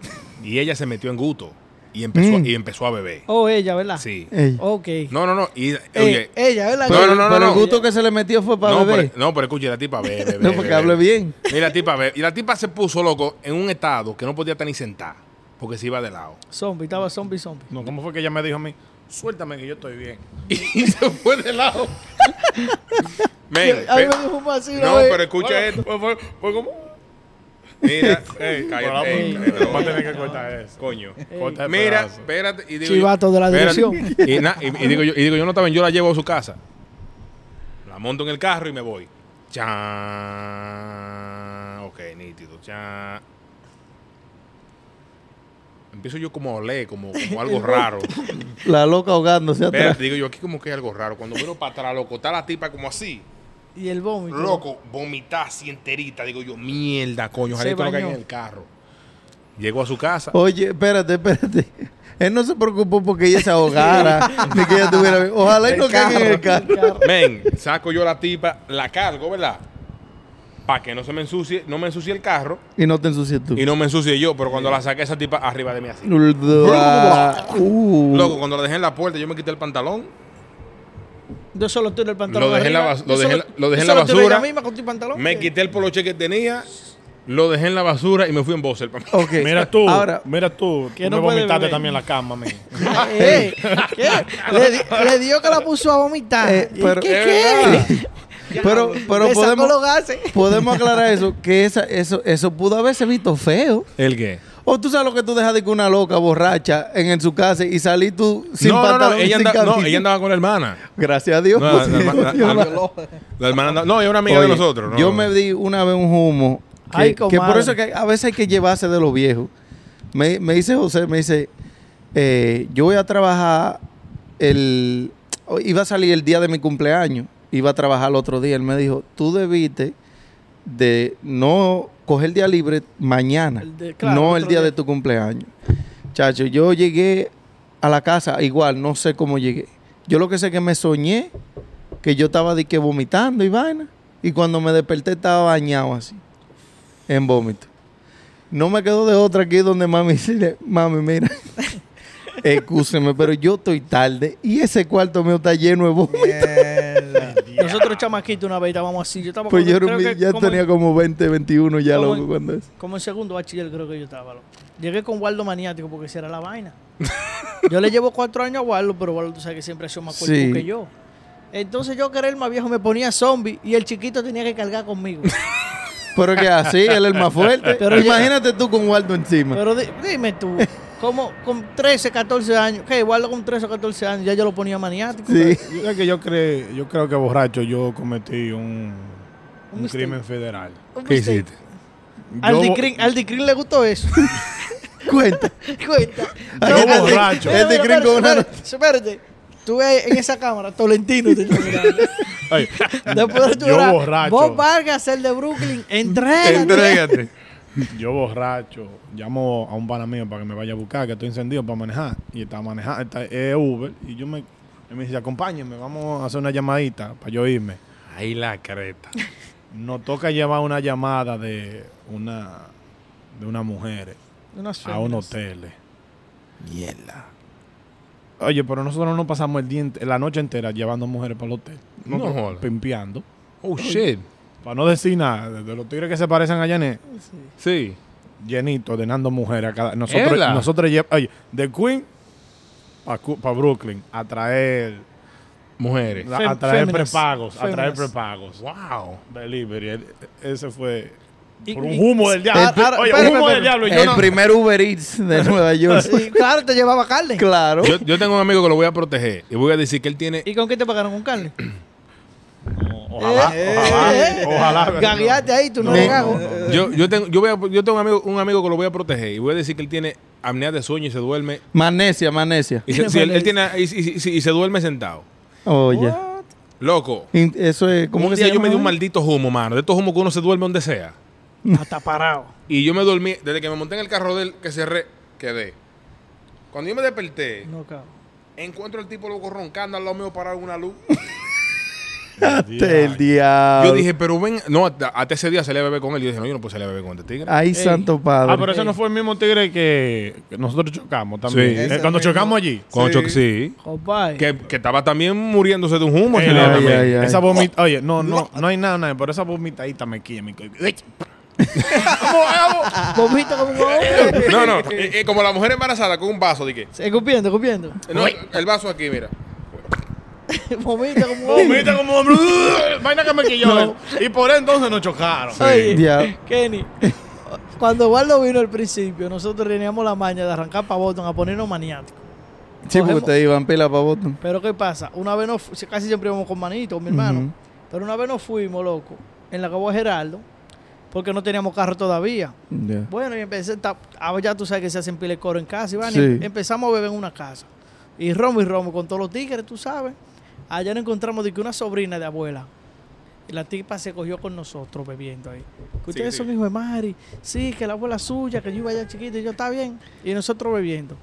Speaker 1: y ella se metió en gusto y empezó,
Speaker 3: Mm. Eh.
Speaker 1: y empezó a beber.
Speaker 2: Oh, ella, ¿verdad?
Speaker 1: Sí.
Speaker 3: Ey.
Speaker 2: Ok.
Speaker 1: No, no, no. Y,
Speaker 2: Eh,
Speaker 1: oye,
Speaker 2: ella, ¿verdad?
Speaker 1: No, no, no,
Speaker 3: Pero
Speaker 1: no, no.
Speaker 3: el gusto que se le metió fue para
Speaker 1: no,
Speaker 3: beber.
Speaker 1: pero, eh, no, pero escuche, la tipa bebe, bebe,
Speaker 3: no, porque
Speaker 1: bebe.
Speaker 3: hable bien.
Speaker 1: Y la tipa bebe. Y la tipa se puso, loco, en un estado que no podía estar ni sentada porque se iba de lado.
Speaker 2: Zombie, estaba zombie, zombie.
Speaker 4: No, ¿cómo fue que ella me dijo a mí? Suéltame que yo estoy bien.
Speaker 1: Y se fue de lado. Men,
Speaker 2: A mí
Speaker 1: pe-
Speaker 2: me dijo un vacío.
Speaker 1: Eh, no,
Speaker 2: eh.
Speaker 1: pero escucha esto.
Speaker 4: Fue, fue, fue como.
Speaker 1: Mira, eh,
Speaker 4: Pero,
Speaker 1: cállate.
Speaker 4: pues,
Speaker 1: eh,
Speaker 2: ey,
Speaker 4: Vamos a
Speaker 1: cállate,
Speaker 4: tener que cortar eso.
Speaker 1: Coño.
Speaker 4: Corta el
Speaker 1: Mira,
Speaker 4: pedazo.
Speaker 1: espérate. Y digo
Speaker 2: Chivato
Speaker 1: yo-
Speaker 2: de la
Speaker 1: espérate.
Speaker 2: dirección.
Speaker 1: Y, na- y- y digo yo, y digo yo, no está bien, yo la llevo a su casa. La monto en el carro y me voy. Chan. Ok, nítido. Chan. Empiezo yo como a oler, como, como algo raro.
Speaker 3: La loca ahogándose atrás.
Speaker 1: Espérate, digo yo, aquí como que hay algo raro. Cuando miro para atrás, loco, está la tipa como así.
Speaker 2: Y el vómito.
Speaker 1: Loco, vomitar así enterita. Digo yo, mierda, coño.
Speaker 2: Se
Speaker 1: Ojalá esto no
Speaker 2: bañó.
Speaker 1: caiga en el carro. Llego a su casa.
Speaker 3: Oye, espérate, espérate. Él no se preocupó porque ella se ahogara, ni que ella tuviera. Ojalá y no caiga en el carro.
Speaker 1: Men, saco yo la tipa, la cargo, ¿verdad? Para que no se me ensucie, no me ensucie el carro
Speaker 3: Y no te ensucies tú.
Speaker 1: y no me ensucie yo, pero cuando la saqué esa tipa arriba de mí así.
Speaker 3: Uh.
Speaker 1: Loco, cuando la dejé en la puerta, yo me quité el pantalón.
Speaker 2: Yo solo tiro el pantalón.
Speaker 1: Lo dejé en la
Speaker 2: arriba.
Speaker 1: bas- lo
Speaker 2: Yo
Speaker 1: dejé en
Speaker 2: solo-
Speaker 1: la- lo dejé
Speaker 2: yo
Speaker 1: en la
Speaker 2: solo tiro
Speaker 1: basura.
Speaker 2: ella misma con tu pantalón.
Speaker 1: Me quité el poloche que tenía, lo dejé en la basura y me fui en boxer. pa-
Speaker 3: Ok.
Speaker 4: Mira tú,
Speaker 3: Ahora,
Speaker 4: mira tú.
Speaker 2: Que
Speaker 4: tú
Speaker 2: no
Speaker 4: me
Speaker 2: puede
Speaker 4: vomitaste
Speaker 2: beber.
Speaker 4: también la cama, mí.
Speaker 2: Eh, ¿qué? Le, di- le dio que la puso a vomitar.
Speaker 3: Eh,
Speaker 2: ¿Y
Speaker 3: pero-
Speaker 2: ¿Qué?
Speaker 1: Es
Speaker 2: qué?
Speaker 3: Pero,
Speaker 1: eh.
Speaker 3: pero
Speaker 2: Le sacó
Speaker 3: podemos,
Speaker 2: los gases.
Speaker 3: podemos aclarar eso, que esa, eso, eso pudo haberse visto feo.
Speaker 1: ¿El qué?
Speaker 3: O tú sabes lo que tú dejas de que una loca borracha en, en su casa y salí tú sin
Speaker 1: no, no, no,
Speaker 3: pantalón y
Speaker 1: ella
Speaker 3: sin
Speaker 1: anda- no,
Speaker 3: camisa.
Speaker 1: ella andaba con la hermana.
Speaker 3: Gracias a Dios.
Speaker 1: No,
Speaker 3: pues,
Speaker 1: la herma-
Speaker 3: Dios
Speaker 1: la-
Speaker 3: mío.
Speaker 1: la- La hermana andaba- No, es una amiga
Speaker 3: Oye,
Speaker 1: de nosotros. ¿no?
Speaker 3: Yo me di una vez un humo. Que,
Speaker 2: Ay,
Speaker 3: que por
Speaker 2: comadre.
Speaker 3: eso que a veces hay que llevarse de los viejos. Me, me dice José, me dice, eh, yo voy a trabajar el... Iba a salir el día de mi cumpleaños. Iba a trabajar el otro día. Él me dijo, tú debiste de no coger el día libre mañana.
Speaker 2: El de- claro,
Speaker 3: no
Speaker 2: otro
Speaker 3: el día
Speaker 2: día.
Speaker 3: de tu cumpleaños. Chacho, yo llegué a la casa igual. No sé cómo llegué. Yo lo que sé es que me soñé que yo estaba de que vomitando y vaina. Y cuando me desperté estaba bañado así, en vómito. No me quedó de otra aquí donde mami dice, mami, mira, excúseme, pero yo estoy tarde y ese cuarto mío está lleno de vómito.
Speaker 5: Mierda.
Speaker 2: Nosotros chamaquitos una vez estábamos así. Yo estaba
Speaker 3: Pues yo
Speaker 2: como-
Speaker 3: era
Speaker 2: creo
Speaker 3: un niño,
Speaker 2: que
Speaker 3: ya
Speaker 2: como
Speaker 3: tenía
Speaker 2: en-
Speaker 3: como 20, 21 ya
Speaker 2: ¿Cómo
Speaker 3: loco
Speaker 2: en-
Speaker 3: cuando es.
Speaker 2: Como en segundo bachiller creo que yo estaba. loco. Llegué con Waldo maniático porque esa era la vaina. yo le llevo cuatro años a Waldo, pero Waldo tú sabes que siempre ha sido más cuerpo
Speaker 3: Sí.
Speaker 2: que yo. Entonces yo que era el más viejo me ponía zombie y el chiquito tenía que cargar conmigo.
Speaker 3: Pero que así, él es el más fuerte.
Speaker 2: Pero
Speaker 3: Imagínate tú con Waldo encima.
Speaker 2: pero di- dime tú, como con 13, 14 años, que Waldo con 13 o 14 años ya yo lo ponía maniático.
Speaker 3: sí.
Speaker 4: Yo, creo que yo, cre- yo creo que borracho yo cometí un, un
Speaker 2: mistake.
Speaker 4: crimen federal.
Speaker 2: Un
Speaker 1: ¿Qué
Speaker 2: mistake.
Speaker 1: hiciste?
Speaker 2: Al
Speaker 4: Yo-
Speaker 2: Dicrin al Dicrin le gustó eso.
Speaker 3: Cuenta.
Speaker 2: Cuenta.
Speaker 3: Ay,
Speaker 4: Yo
Speaker 3: el de-
Speaker 4: borracho.
Speaker 3: el de
Speaker 2: Mira, mira,
Speaker 3: Green con una-
Speaker 2: espérate, Espérate. Tú ves en esa cámara, Tolentino. te está mirando.
Speaker 1: Ay,
Speaker 2: Después de tu
Speaker 4: Yo
Speaker 2: hora,
Speaker 4: borracho.
Speaker 2: Bob Vargas, el de Brooklyn. Entrégate.
Speaker 1: entrégate.
Speaker 4: Yo borracho, llamo a un pana mío para que me vaya a buscar, que estoy encendido para manejar. Y está manejando, está es Uber. Y yo me, él me dice, acompáñenme, vamos a hacer una llamadita para yo irme.
Speaker 1: Ahí la careta.
Speaker 4: Nos toca llevar una llamada de una de unas mujeres
Speaker 2: Unas
Speaker 4: a un
Speaker 2: féminas.
Speaker 4: hotel. Mierda. Oye, pero nosotros no pasamos el día ent- la noche entera llevando mujeres para el hotel.
Speaker 1: No
Speaker 4: Nosotros
Speaker 1: jodas.
Speaker 4: Pimpeando.
Speaker 1: Oh, shit.
Speaker 4: Para no decir nada, de los tigres que se parecen a Janet,
Speaker 1: Sí.
Speaker 4: llenito, llenando mujeres a cada. Nosotros,
Speaker 1: Ela.
Speaker 4: nosotros lle- oye, de Queen para Brooklyn, a traer,
Speaker 1: Mujeres.
Speaker 4: a-
Speaker 2: Fem-
Speaker 4: a traer
Speaker 2: féminas.
Speaker 4: prepagos, a traer
Speaker 2: Féminas.
Speaker 4: prepagos.
Speaker 1: Wow.
Speaker 4: Delivery, e- ese fue
Speaker 2: Y-
Speaker 4: por un
Speaker 2: y-
Speaker 4: humo del diablo.
Speaker 2: El-
Speaker 4: Oye,
Speaker 2: espera,
Speaker 4: humo
Speaker 2: espera,
Speaker 4: del diablo. Yo
Speaker 3: El
Speaker 4: no,
Speaker 3: primer Uber Eats de Nueva York.
Speaker 2: Sí, claro, te llevaba carne.
Speaker 3: Claro.
Speaker 1: Yo, yo tengo un amigo que lo voy a proteger y voy a decir que él tiene.
Speaker 2: ¿Y con qué te pagaron con carne?
Speaker 4: ojalá,
Speaker 2: Eh, eh,
Speaker 4: ojalá, ojalá.
Speaker 2: Gagueate ahí, tú no,
Speaker 3: No,
Speaker 2: le
Speaker 3: no,
Speaker 2: gago.
Speaker 1: Yo, yo tengo, yo voy a- yo tengo un, amigo, un amigo que lo voy a proteger y voy a decir que él tiene apnea de sueño y se duerme.
Speaker 3: Magnesia, magnesia.
Speaker 1: Y se,
Speaker 2: Tiene
Speaker 1: sí, él, él
Speaker 2: malaria.
Speaker 1: tiene, y, y- y- y se duerme sentado.
Speaker 3: Oye.
Speaker 1: Loco.
Speaker 3: In- Eso es. ¿Cómo
Speaker 1: un
Speaker 3: que
Speaker 1: día
Speaker 3: se
Speaker 1: yo me di un
Speaker 3: llama? ¿eh?
Speaker 1: maldito humo, mano. De estos humos que uno se duerme donde sea.
Speaker 2: Hasta parado.
Speaker 1: Y yo me dormí, desde que me monté en el carro de él, que cerré, quedé. Cuando yo me desperté,
Speaker 2: No, cabrón.
Speaker 1: encuentro al tipo loco roncando al lado mío parado en una luz.
Speaker 3: Del diablo.
Speaker 1: Yo dije, pero ven, no, hasta, hasta ese día salí a beber con él. Yo dije, no, yo no puedo salir a beber con este tigre.
Speaker 3: Ay, santo padre.
Speaker 4: Ah, pero ese no fue el mismo tigre que que nosotros chocamos también.
Speaker 1: Sí.
Speaker 4: Eh,
Speaker 5: Ese
Speaker 4: cuando
Speaker 5: mismo.
Speaker 4: chocamos allí.
Speaker 1: Con
Speaker 5: Sí.
Speaker 1: Choc- sí.
Speaker 2: Compadre.
Speaker 1: Que, que estaba también muriéndose de un humo.
Speaker 4: Ey,
Speaker 1: ese día
Speaker 4: Eh, ay,
Speaker 1: también.
Speaker 3: ay, ay.
Speaker 4: Esa vomita, oye, no, no, no hay nada, nada, pero esa vomitadita me quilla, me quilla. Ey,
Speaker 2: Vomita Ah, como un hombre.
Speaker 1: No, no, eh, eh, como la mujer embarazada con un vaso, de que.
Speaker 2: Escupiendo, escupiendo.
Speaker 1: No, el vaso aquí, mira.
Speaker 2: Vomita como un hombre.
Speaker 4: Vomita como vaina que me quilló. Y por entonces nos chocaron.
Speaker 2: Oye,
Speaker 3: Ya.
Speaker 2: Kenny, cuando Waldo vino al principio, nosotros teníamos la maña de arrancar para Boston a ponernos maniáticos.
Speaker 3: Sí, porque
Speaker 2: cogemos-
Speaker 3: ustedes iban pila para voto.
Speaker 2: Pero ¿qué pasa? Una vez nos fu- si- casi siempre íbamos con manito, con mi hermano.
Speaker 3: Ujú.
Speaker 2: Pero una vez nos fuimos, loco, en la Cabo Geraldo, porque no teníamos carro todavía.
Speaker 3: Ya.
Speaker 2: Bueno, y empecé, ta- ahora ya tú sabes que se hacen pile coro en casa, Iván,
Speaker 3: Sí.
Speaker 2: y em- empezamos a beber en una casa. Y romo y romo con todos los tigres, tú sabes. Allá nos encontramos de que una sobrina de abuela. Y la tipa se cogió con nosotros bebiendo ahí. Que ustedes
Speaker 1: sí.
Speaker 2: son hijos de Mari. Sí, que la abuela suya, que yo iba allá chiquita y yo, está bien. Y nosotros bebiendo.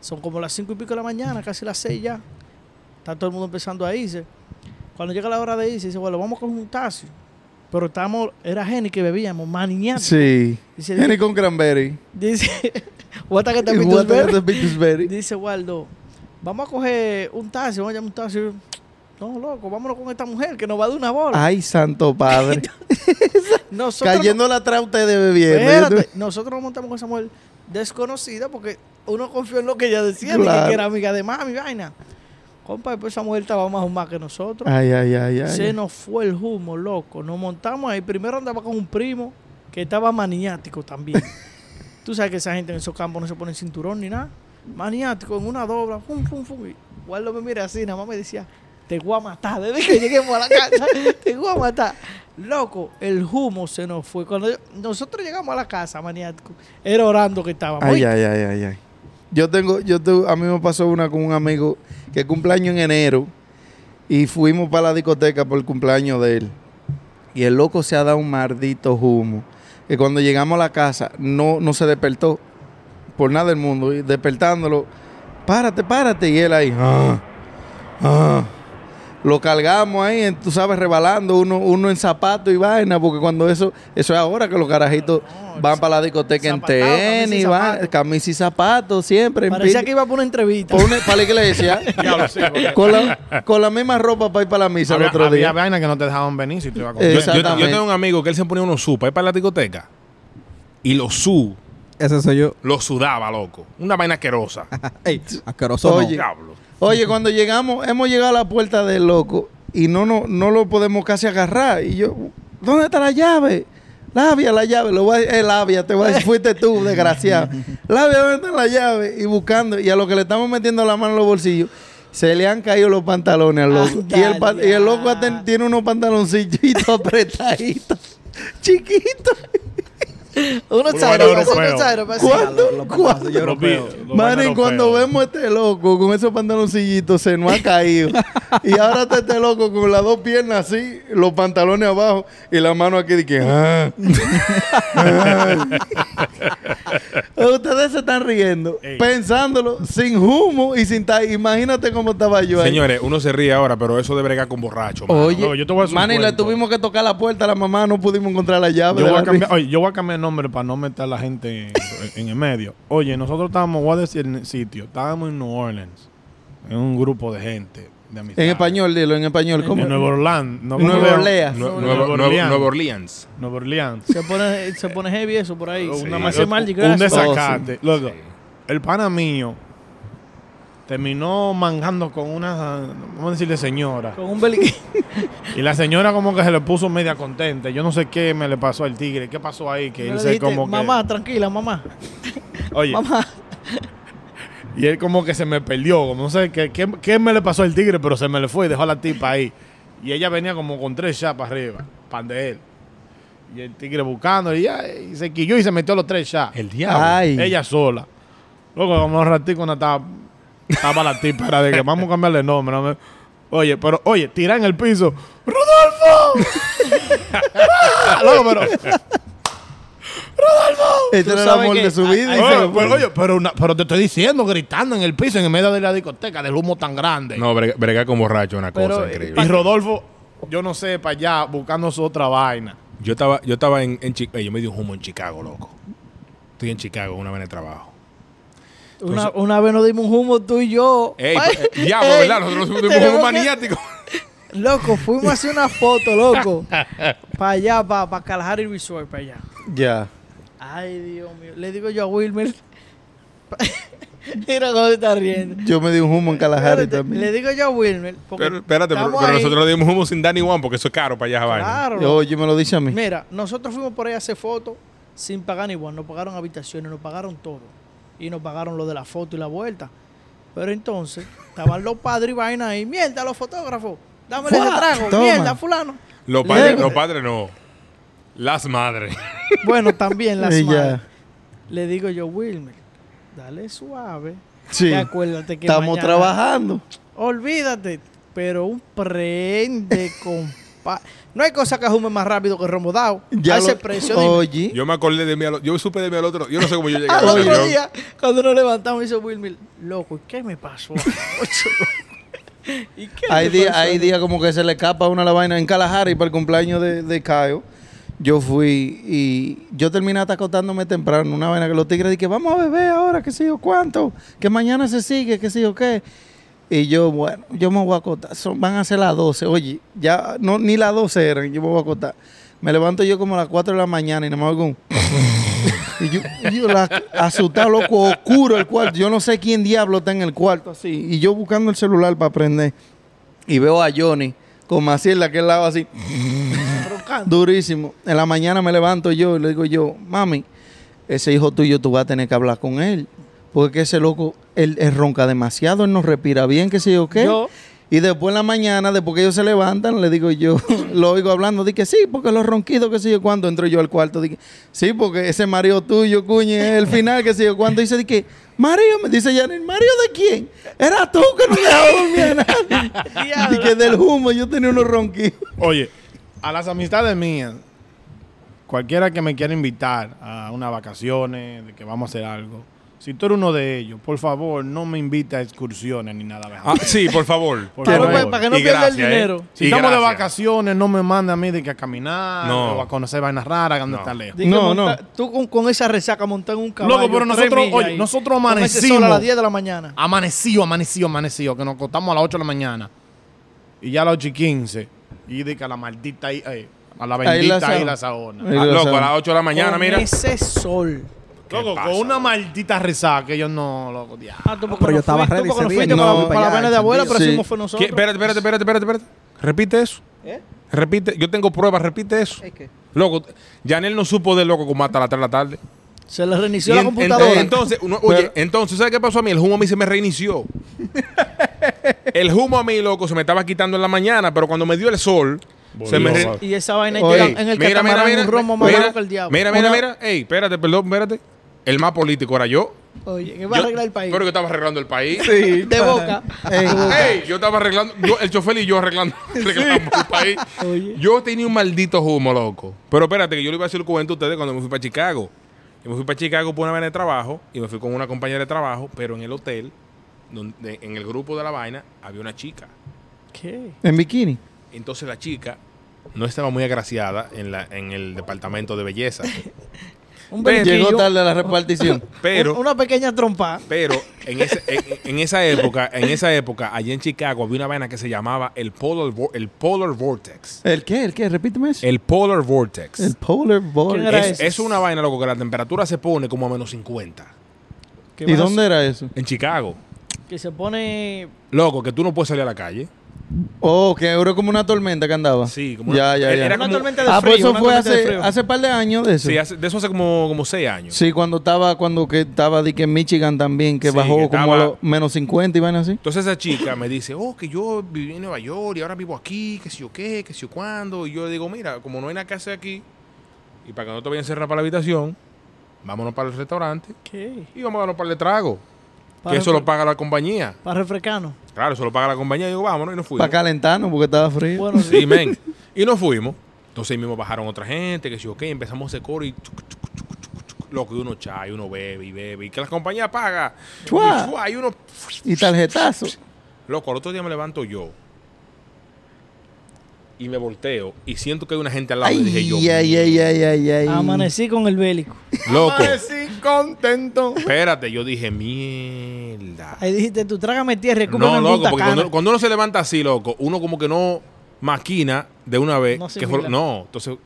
Speaker 2: Son como las cinco y pico de la mañana, casi las seis ya. Está todo el mundo empezando a irse. Cuando llega la hora de irse, dice, bueno, vamos con un taxi. Pero estamos, era Jenny que bebíamos, maniático.
Speaker 3: Sí.
Speaker 2: Dice,
Speaker 3: Jenny con cranberry.
Speaker 2: Dice, Guata que te
Speaker 3: Y
Speaker 2: pito
Speaker 3: guata
Speaker 2: verde.
Speaker 3: que te Pittsburgh.
Speaker 2: Dice Waldo, vamos a coger un taxi, vamos a llamar un taxi. No, loco, vámonos con esta mujer que nos va de una bola.
Speaker 3: Ay, santo padre.
Speaker 2: nosotros,
Speaker 3: Ah, Cayendo la atrás ustedes
Speaker 2: no-
Speaker 3: bebiendo. Yo
Speaker 2: espérate,
Speaker 3: te-
Speaker 2: nosotros nos montamos con esa mujer desconocida porque uno confió en lo que ella decía, ni
Speaker 3: Claro.
Speaker 2: que era amiga de mami, vaina. Compa, pues esa mujer estaba más humada que nosotros.
Speaker 3: Ay, ay, ay, ay.
Speaker 2: Se nos fue el humo, loco. Nos montamos ahí. Primero andaba con un primo que estaba maniático también. Tú sabes que esa gente en esos campos no se pone cinturón ni nada. Maniático, en una dobla, fum, fum, fum. Y Waldo me mira así, nada más me decía, te voy a matar. Desde que lleguemos a la casa, te voy a matar. Loco, el humo se nos fue. Cuando yo- nosotros llegamos a la casa, maniático, era orando que estábamos.
Speaker 3: Ay,
Speaker 2: ¿oíste?
Speaker 3: ay, ay, ay, ay. Yo tengo, yo tu- a mí me pasó una con un amigo que cumpleaños en enero y fuimos para la discoteca por el cumpleaños de él. Y el loco se ha dado un maldito humo. Que cuando llegamos a la casa no, no se despertó por nada del mundo. Y despertándolo, párate, párate. Y él ahí, "Ah, ah". Lo cargamos ahí, en- tú sabes, rebalando uno, uno en zapato y vaina, porque cuando eso, eso es ahora que los carajitos
Speaker 2: No,
Speaker 3: van para la discoteca en
Speaker 2: zapatado, camisa y
Speaker 3: tenis, van,
Speaker 2: zapato.
Speaker 3: camisa y zapatos siempre. en
Speaker 2: Parecía
Speaker 3: pin-
Speaker 2: que iba por una entrevista.
Speaker 3: Pone para la iglesia,
Speaker 4: Diablo, sí, porque
Speaker 3: con, la, con la misma ropa para ir para la misa
Speaker 4: había,
Speaker 3: el otro
Speaker 4: había
Speaker 3: día.
Speaker 4: vainas que no te dejaban venir si te iba a
Speaker 1: Yo,
Speaker 2: Eh,
Speaker 4: comer.
Speaker 1: yo- yo
Speaker 3: Exactamente.
Speaker 1: tengo un amigo que él se ponía unos su para ir para la discoteca. Y los su,
Speaker 5: Ese soy yo. Ah,
Speaker 1: lo sudaba, loco. Una vaina asquerosa.
Speaker 5: Ey, asqueroso.
Speaker 3: Oye.
Speaker 5: no.
Speaker 1: Diablo.
Speaker 3: Oye, cuando llegamos, hemos llegado a la puerta del loco y no, no, no lo podemos casi agarrar. Y yo, ¿dónde está la llave? Labia, la llave, lo voy a, eh, labia, te voy a decir, fuiste tú, desgraciado. Labia, ¿dónde está la llave? Y buscando, y a lo que le estamos metiendo la mano en los bolsillos, se le han caído los pantalones al loco. Y el, pa- y el loco ha ten- tiene unos pantaloncillitos apretaditos, chiquitos.
Speaker 2: Unos
Speaker 4: Urbano
Speaker 2: chairos,
Speaker 4: europeo.
Speaker 2: unos chairos. parece-
Speaker 3: ¿Cuándo?
Speaker 5: los pantaloncillos
Speaker 3: ¿Cuándo?
Speaker 5: europeos.
Speaker 4: Los
Speaker 3: Mari,
Speaker 4: vainas
Speaker 3: cuando
Speaker 4: europeos.
Speaker 3: vemos a este loco con esos pantaloncillitos, se nos ha caído. y ahora está este loco con las dos piernas así, los pantalones abajo y la mano aquí de que. "Ah". Ustedes se están riendo,
Speaker 4: Ey.
Speaker 3: pensándolo, sin humo y sin tal. Imagínate cómo estaba yo ahí.
Speaker 1: Señores, uno se ríe ahora, pero eso de bregar con borracho. mano.
Speaker 3: Oye,
Speaker 4: No, yo te voy a hacer un
Speaker 3: Manny, le
Speaker 4: cuento.
Speaker 3: tuvimos que tocar la puerta a la mamá, no pudimos encontrar la llave.
Speaker 4: Yo
Speaker 3: de
Speaker 4: voy, a
Speaker 3: la
Speaker 4: cambiar, oye, yo voy a cambiar el nombre para no meter a la gente en, en el medio. Oye, nosotros estábamos, voy a decir el sitio, estábamos en New Orleans, en un grupo de gente, de amistad.
Speaker 3: En español, dilo, en español. ¿Cómo?
Speaker 4: En Nueva Orleans. No,
Speaker 3: Nueva
Speaker 4: Nueva-
Speaker 3: Orleans.
Speaker 1: Nue-
Speaker 4: Nueva
Speaker 1: Nueva Nueva-
Speaker 4: Orleans.
Speaker 1: Nueva Orleans.
Speaker 4: Nueva Orleans.
Speaker 2: Se pone, se pone heavy eso por ahí.
Speaker 1: Sí.
Speaker 4: Una
Speaker 2: Hace
Speaker 4: más-
Speaker 2: Magic
Speaker 4: un
Speaker 2: Grass.
Speaker 3: Oh,
Speaker 4: desacate. Loco,
Speaker 1: Sí.
Speaker 4: el pana mío terminó manjando con una, vamos a decirle señora.
Speaker 2: Con un beliquín.
Speaker 4: Y la señora como que se le puso media contenta. Yo no sé qué me le pasó al tigre. ¿Qué pasó ahí? Que él se como que...
Speaker 2: Mamá, tranquila, mamá.
Speaker 4: Oye. Y él como que se me perdió, como no sé qué, qué, qué me le pasó al tigre, pero se me le fue y dejó a la tipa ahí. Y ella venía como con tres chapas arriba, pan de él. Y el tigre buscando, y, ya, y se quilló y se metió los tres chapas.
Speaker 1: El diablo.
Speaker 3: Ay.
Speaker 4: Ella sola. Luego, como un ratico, una estaba, estaba la tipa, era de que vamos a cambiarle nombre. ¿no? Oye, pero, oye, tira en el piso. ¡Rodolfo! Loco, pero,
Speaker 3: Este
Speaker 2: Tú
Speaker 3: era el
Speaker 2: sabes
Speaker 3: amor
Speaker 2: que
Speaker 3: de su
Speaker 2: hay-
Speaker 3: vida.
Speaker 2: hay-
Speaker 3: y se
Speaker 4: oye,
Speaker 3: lo-
Speaker 4: pero, oye, pero, una- pero te estoy diciendo, gritando en el piso, en medio de la discoteca, del humo tan grande.
Speaker 1: No, brega- bregar con borracho es una cosa
Speaker 2: Pero, eh,
Speaker 1: increíble.
Speaker 4: Y Rodolfo, yo no sé, para allá, buscando su otra vaina.
Speaker 1: Yo estaba, yo estaba en, en Chi- Ey, yo me di un humo en Chicago, loco. Estoy en Chicago, una vez de trabajo.
Speaker 2: Una, una vez nos dimos un humo tú y yo.
Speaker 1: Ey,
Speaker 2: Ay,
Speaker 1: eh, diablo,
Speaker 2: ey,
Speaker 1: ¿verdad? Nosotros somos un
Speaker 2: tenemos
Speaker 1: humo
Speaker 2: que-
Speaker 1: maniático.
Speaker 2: Loco, fuimos a hacer una foto, loco. para allá, para Kalahari Resort, para allá.
Speaker 3: Ya.
Speaker 2: Ay, Dios mío. Le digo yo a Wilmer. Mira cómo se está riendo.
Speaker 3: Yo me di un humo en Kalahari
Speaker 2: Espérate,
Speaker 3: también.
Speaker 2: Le digo yo a Wilmer. porque
Speaker 1: Pero espérate, pero,
Speaker 2: estamos
Speaker 1: pero
Speaker 2: ahí.
Speaker 1: nosotros le dimos humo sin Danny One porque eso es caro para allá esa vaina.
Speaker 2: Claro.
Speaker 3: Oye, me lo dice a mí.
Speaker 2: Mira, nosotros fuimos por ahí a hacer fotos sin pagar ni igual. Nos pagaron habitaciones, nos pagaron todo. Y nos pagaron lo de la foto y la vuelta. Pero entonces, estaban los padres y vaina ahí. Mierda, los fotógrafos. Dámele ese
Speaker 3: Fuck,
Speaker 2: trago.
Speaker 3: toma.
Speaker 2: Mierda, fulano.
Speaker 1: Los padres,
Speaker 2: Lego.
Speaker 1: los padres no. Las madres.
Speaker 2: Bueno, también las
Speaker 3: Ella-
Speaker 2: madres. Le digo yo, Wilmer, dale suave.
Speaker 3: Sí.
Speaker 2: Y acuérdate que
Speaker 3: Estamos
Speaker 2: mañana-
Speaker 3: trabajando.
Speaker 2: Olvídate. Pero un prende, compa. No hay cosa que ajume más rápido que rombo dado.
Speaker 3: Ya
Speaker 2: a ese
Speaker 3: lo-
Speaker 2: precio. dime.
Speaker 3: Oye.
Speaker 1: Yo me acordé de mí, al o- yo supe de mí al otro. Yo no sé cómo yo llegué a
Speaker 2: Al
Speaker 1: la
Speaker 2: otro
Speaker 1: reunión.
Speaker 2: día, cuando nos levantamos, dice Wilmer, loco, ¿y qué me pasó? ¿Y qué
Speaker 3: Hay
Speaker 2: me
Speaker 3: días
Speaker 2: pasó?
Speaker 3: hay día como que se le escapa una la vaina. En Kalahari, para el cumpleaños de, de Caio, yo fui y yo terminé hasta acostándome temprano. Una vaina que los tigres dije, vamos a beber ahora, qué sé yo cuánto, que mañana se sigue, qué sé yo qué. Y yo, bueno, yo me voy a acostar. Son- van a ser las 12. Oye, ya no ni las 12 eran, yo me voy a acostar. Me levanto yo como a las 4 de la mañana y no me hago un... Y yo, y yo la, asustado, loco, oscuro el cuarto. Yo no sé quién diablo está en el cuarto así. Y yo buscando el celular para aprender. Y veo a Johnny con Maciel de aquel lado así. Durísimo. En la mañana me levanto yo y le digo yo, mami, ese hijo tuyo tú vas a tener que hablar con él. Porque ese loco, él, él ronca demasiado, él no respira bien, qué sé yo qué.
Speaker 2: Yo-
Speaker 3: Y después en la mañana, después que ellos se levantan, le digo yo, lo oigo hablando, dije sí, porque los ronquidos, qué sé yo cuándo. Entro yo al cuarto, dije, sí, porque ese marido tuyo, cuñe, es el final, qué sé yo cuándo. Dice, dije, Mario, me dice Janet, ¿Mario de quién? Era tú que no dejaba dormir a nadie.
Speaker 2: Diablo.
Speaker 3: Dije, del humo, yo tenía unos ronquidos.
Speaker 4: Oye, a las amistades mías, cualquiera que me quiera invitar a unas vacaciones, de que vamos a hacer algo, si tú eres uno de ellos, por favor, no me invita a excursiones ni nada.
Speaker 1: Ah, sí, por favor.
Speaker 4: Por
Speaker 2: Claro,
Speaker 4: favor.
Speaker 2: para, para que no
Speaker 1: Y
Speaker 2: pierda el
Speaker 1: gracias, ¿eh?
Speaker 2: dinero.
Speaker 4: Si
Speaker 1: Y
Speaker 4: estamos de
Speaker 1: gracias.
Speaker 4: vacaciones, no me manda a mí de que a caminar
Speaker 1: No.
Speaker 4: o a conocer vainas raras que anda
Speaker 1: No.
Speaker 4: tan lejos.
Speaker 2: Dije,
Speaker 3: No,
Speaker 2: monta-
Speaker 3: no.
Speaker 2: Tú con, con esa resaca montar en un caballo.
Speaker 4: Loco, pero
Speaker 2: tres
Speaker 4: nosotros-
Speaker 2: millas
Speaker 4: oye,
Speaker 2: ahí,
Speaker 4: nosotros
Speaker 2: con ese sol a
Speaker 4: amanecimos.
Speaker 2: las 10 de la mañana.
Speaker 4: Amanecido, amanecido, amanecido, que nos acostamos a las 8 de la mañana. Y ya a las 8 y 15. Y de que a la maldita, ahí- ahí, a la
Speaker 3: Ahí la
Speaker 4: bendita ahí
Speaker 3: sa-
Speaker 4: la saona.
Speaker 3: Ahí
Speaker 1: Ah,
Speaker 3: lo
Speaker 1: loco,
Speaker 3: saben.
Speaker 1: a las 8 de la mañana,
Speaker 2: Con
Speaker 1: mira.
Speaker 2: Ese sol.
Speaker 1: ¿Qué
Speaker 4: Loco,
Speaker 1: pasa,
Speaker 4: con una
Speaker 1: loco?
Speaker 4: maldita resaca, ellos no, loco, ya.
Speaker 2: Ah, tú porque
Speaker 5: pero yo
Speaker 2: no
Speaker 5: estaba
Speaker 2: fuiste,
Speaker 5: ready
Speaker 2: tú porque no
Speaker 5: ese día,
Speaker 2: fuiste
Speaker 5: yo
Speaker 2: para,
Speaker 5: no iba
Speaker 2: para la
Speaker 5: para
Speaker 2: vaina de
Speaker 5: allá,
Speaker 2: abuela, pero
Speaker 3: sí.
Speaker 2: hicimos fue
Speaker 1: ¿Qué?
Speaker 2: nosotros.
Speaker 1: Espérate, espérate, espérate, espérate, espérate. Repite eso.
Speaker 2: ¿Eh?
Speaker 1: Repite, yo tengo pruebas, repite eso.
Speaker 5: ¿Qué?
Speaker 1: Loco, Janel no supo de loco como hasta las 3 de la tarde.
Speaker 2: Se le reinició
Speaker 1: Y
Speaker 2: la
Speaker 1: en-
Speaker 2: computadora.
Speaker 1: ento- entonces, uno- oye, entonces, ¿sabes qué pasó a mí? El humo a mí se me reinició. el humo a mí, loco, se me estaba quitando en la mañana, pero cuando me dio el sol, se me re-
Speaker 2: y esa vaina hay
Speaker 3: Oye,
Speaker 2: que ir en el
Speaker 1: mira, mira,
Speaker 2: catamarán
Speaker 1: mira,
Speaker 2: un romo más
Speaker 1: mira,
Speaker 2: largo que el diablo.
Speaker 1: mira, mira,
Speaker 2: Una-
Speaker 1: mira. Ey, espérate, perdón, espérate. El más político era yo.
Speaker 2: Oye, que va a
Speaker 1: Yo-
Speaker 2: arreglar el país.
Speaker 1: Pero yo estaba arreglando el país.
Speaker 2: de boca.
Speaker 3: Ey,
Speaker 1: Ey, yo estaba arreglando, yo- el chofer y yo arreglando, arreglando el país.
Speaker 2: Oye.
Speaker 1: Yo tenía un maldito humo, loco. Pero espérate, que yo le iba a decir el cuento a ustedes cuando me fui para Chicago. Yo me fui para Chicago por una vaina de trabajo y me fui con una compañera de trabajo, pero en el hotel, donde, en el grupo de la vaina, había una chica.
Speaker 2: ¿Qué?
Speaker 3: En bikini.
Speaker 1: Entonces la chica no estaba muy agraciada en, la, en el departamento de belleza.
Speaker 2: Un
Speaker 1: Ven,
Speaker 2: beneficio.
Speaker 3: Llegó tarde a la repartición.
Speaker 1: Pero,
Speaker 2: Una pequeña trompa.
Speaker 1: pero en, ese- en- en esa época, en esa época, allá en Chicago había una vaina que se llamaba el Polar, Vo- el polar Vortex.
Speaker 3: ¿El qué? ¿El qué? Repíteme eso.
Speaker 1: El Polar Vortex.
Speaker 3: El Polar Boy.
Speaker 2: ¿Quién era
Speaker 1: Es,
Speaker 2: ese?
Speaker 1: es una vaina, loco, que la temperatura se pone como a menos 50.
Speaker 2: ¿Qué
Speaker 3: ¿Y
Speaker 2: más?
Speaker 3: dónde era eso?
Speaker 1: En Chicago.
Speaker 2: Que se pone.
Speaker 1: Loco, que tú no puedes salir a la calle.
Speaker 3: Oh, que era como una tormenta que andaba.
Speaker 1: Sí, como
Speaker 3: ya,
Speaker 1: una-
Speaker 3: ya, ya.
Speaker 1: era
Speaker 2: Una
Speaker 1: como-
Speaker 2: tormenta de
Speaker 3: Ah,
Speaker 2: frío.
Speaker 3: pues eso
Speaker 2: una
Speaker 3: fue
Speaker 2: tormenta de
Speaker 3: hace,
Speaker 2: frío.
Speaker 3: hace par de años de eso.
Speaker 1: Sí, hace- de eso hace como, como 6 años.
Speaker 3: Sí, cuando estaba, cuando que estaba de que en Michigan también, que
Speaker 1: Sí,
Speaker 3: bajó
Speaker 1: que
Speaker 3: como a
Speaker 1: estaba-
Speaker 3: los menos 50 y van así.
Speaker 1: Entonces esa chica me dice, oh, que yo viví en Nueva York y ahora vivo aquí, que si yo qué, que si yo cuándo. Y yo le digo, mira, como no hay nada que hacer aquí, y para que no te vayan a cerrar para la habitación, vámonos para el restaurante
Speaker 2: ¿Qué?
Speaker 1: y vamos a darnos para el trago.
Speaker 2: Para
Speaker 1: Que eso lo
Speaker 2: refre-
Speaker 1: paga la compañía.
Speaker 2: Para refrescarnos.
Speaker 1: Claro, eso lo paga la compañía. Y digo, vámonos y nos fuimos.
Speaker 3: Para calentarnos porque estaba frío.
Speaker 2: Bueno,
Speaker 1: Sí, men. Y nos fuimos. Entonces ahí mismo bajaron otra gente, que sí, ok, empezamos ese coro y chuc, chuc, chuc, chuc, chuc. loco, y uno chai, uno bebe y bebe, y que la compañía paga.
Speaker 3: Chua.
Speaker 1: Y, chua, y uno,
Speaker 3: y tarjetazo.
Speaker 1: loco, al otro día me levanto yo y me volteo y siento que hay una gente al lado. y
Speaker 3: Ay,
Speaker 1: dije yo,
Speaker 3: ay, ay, ay, ay, ay.
Speaker 2: Amanecí con el bélico.
Speaker 1: loco,
Speaker 4: Amanecí contento.
Speaker 1: espérate, yo dije, mierda.
Speaker 2: Ahí dijiste, tú trágame tierra y
Speaker 1: No,
Speaker 2: cúbreme en
Speaker 1: loco,
Speaker 2: Punta
Speaker 1: porque
Speaker 2: Cana.
Speaker 1: cuando, cuando uno se levanta así, loco, uno como que no maquina de una vez.
Speaker 2: No
Speaker 1: que fue-
Speaker 2: asimila.
Speaker 1: no entonces,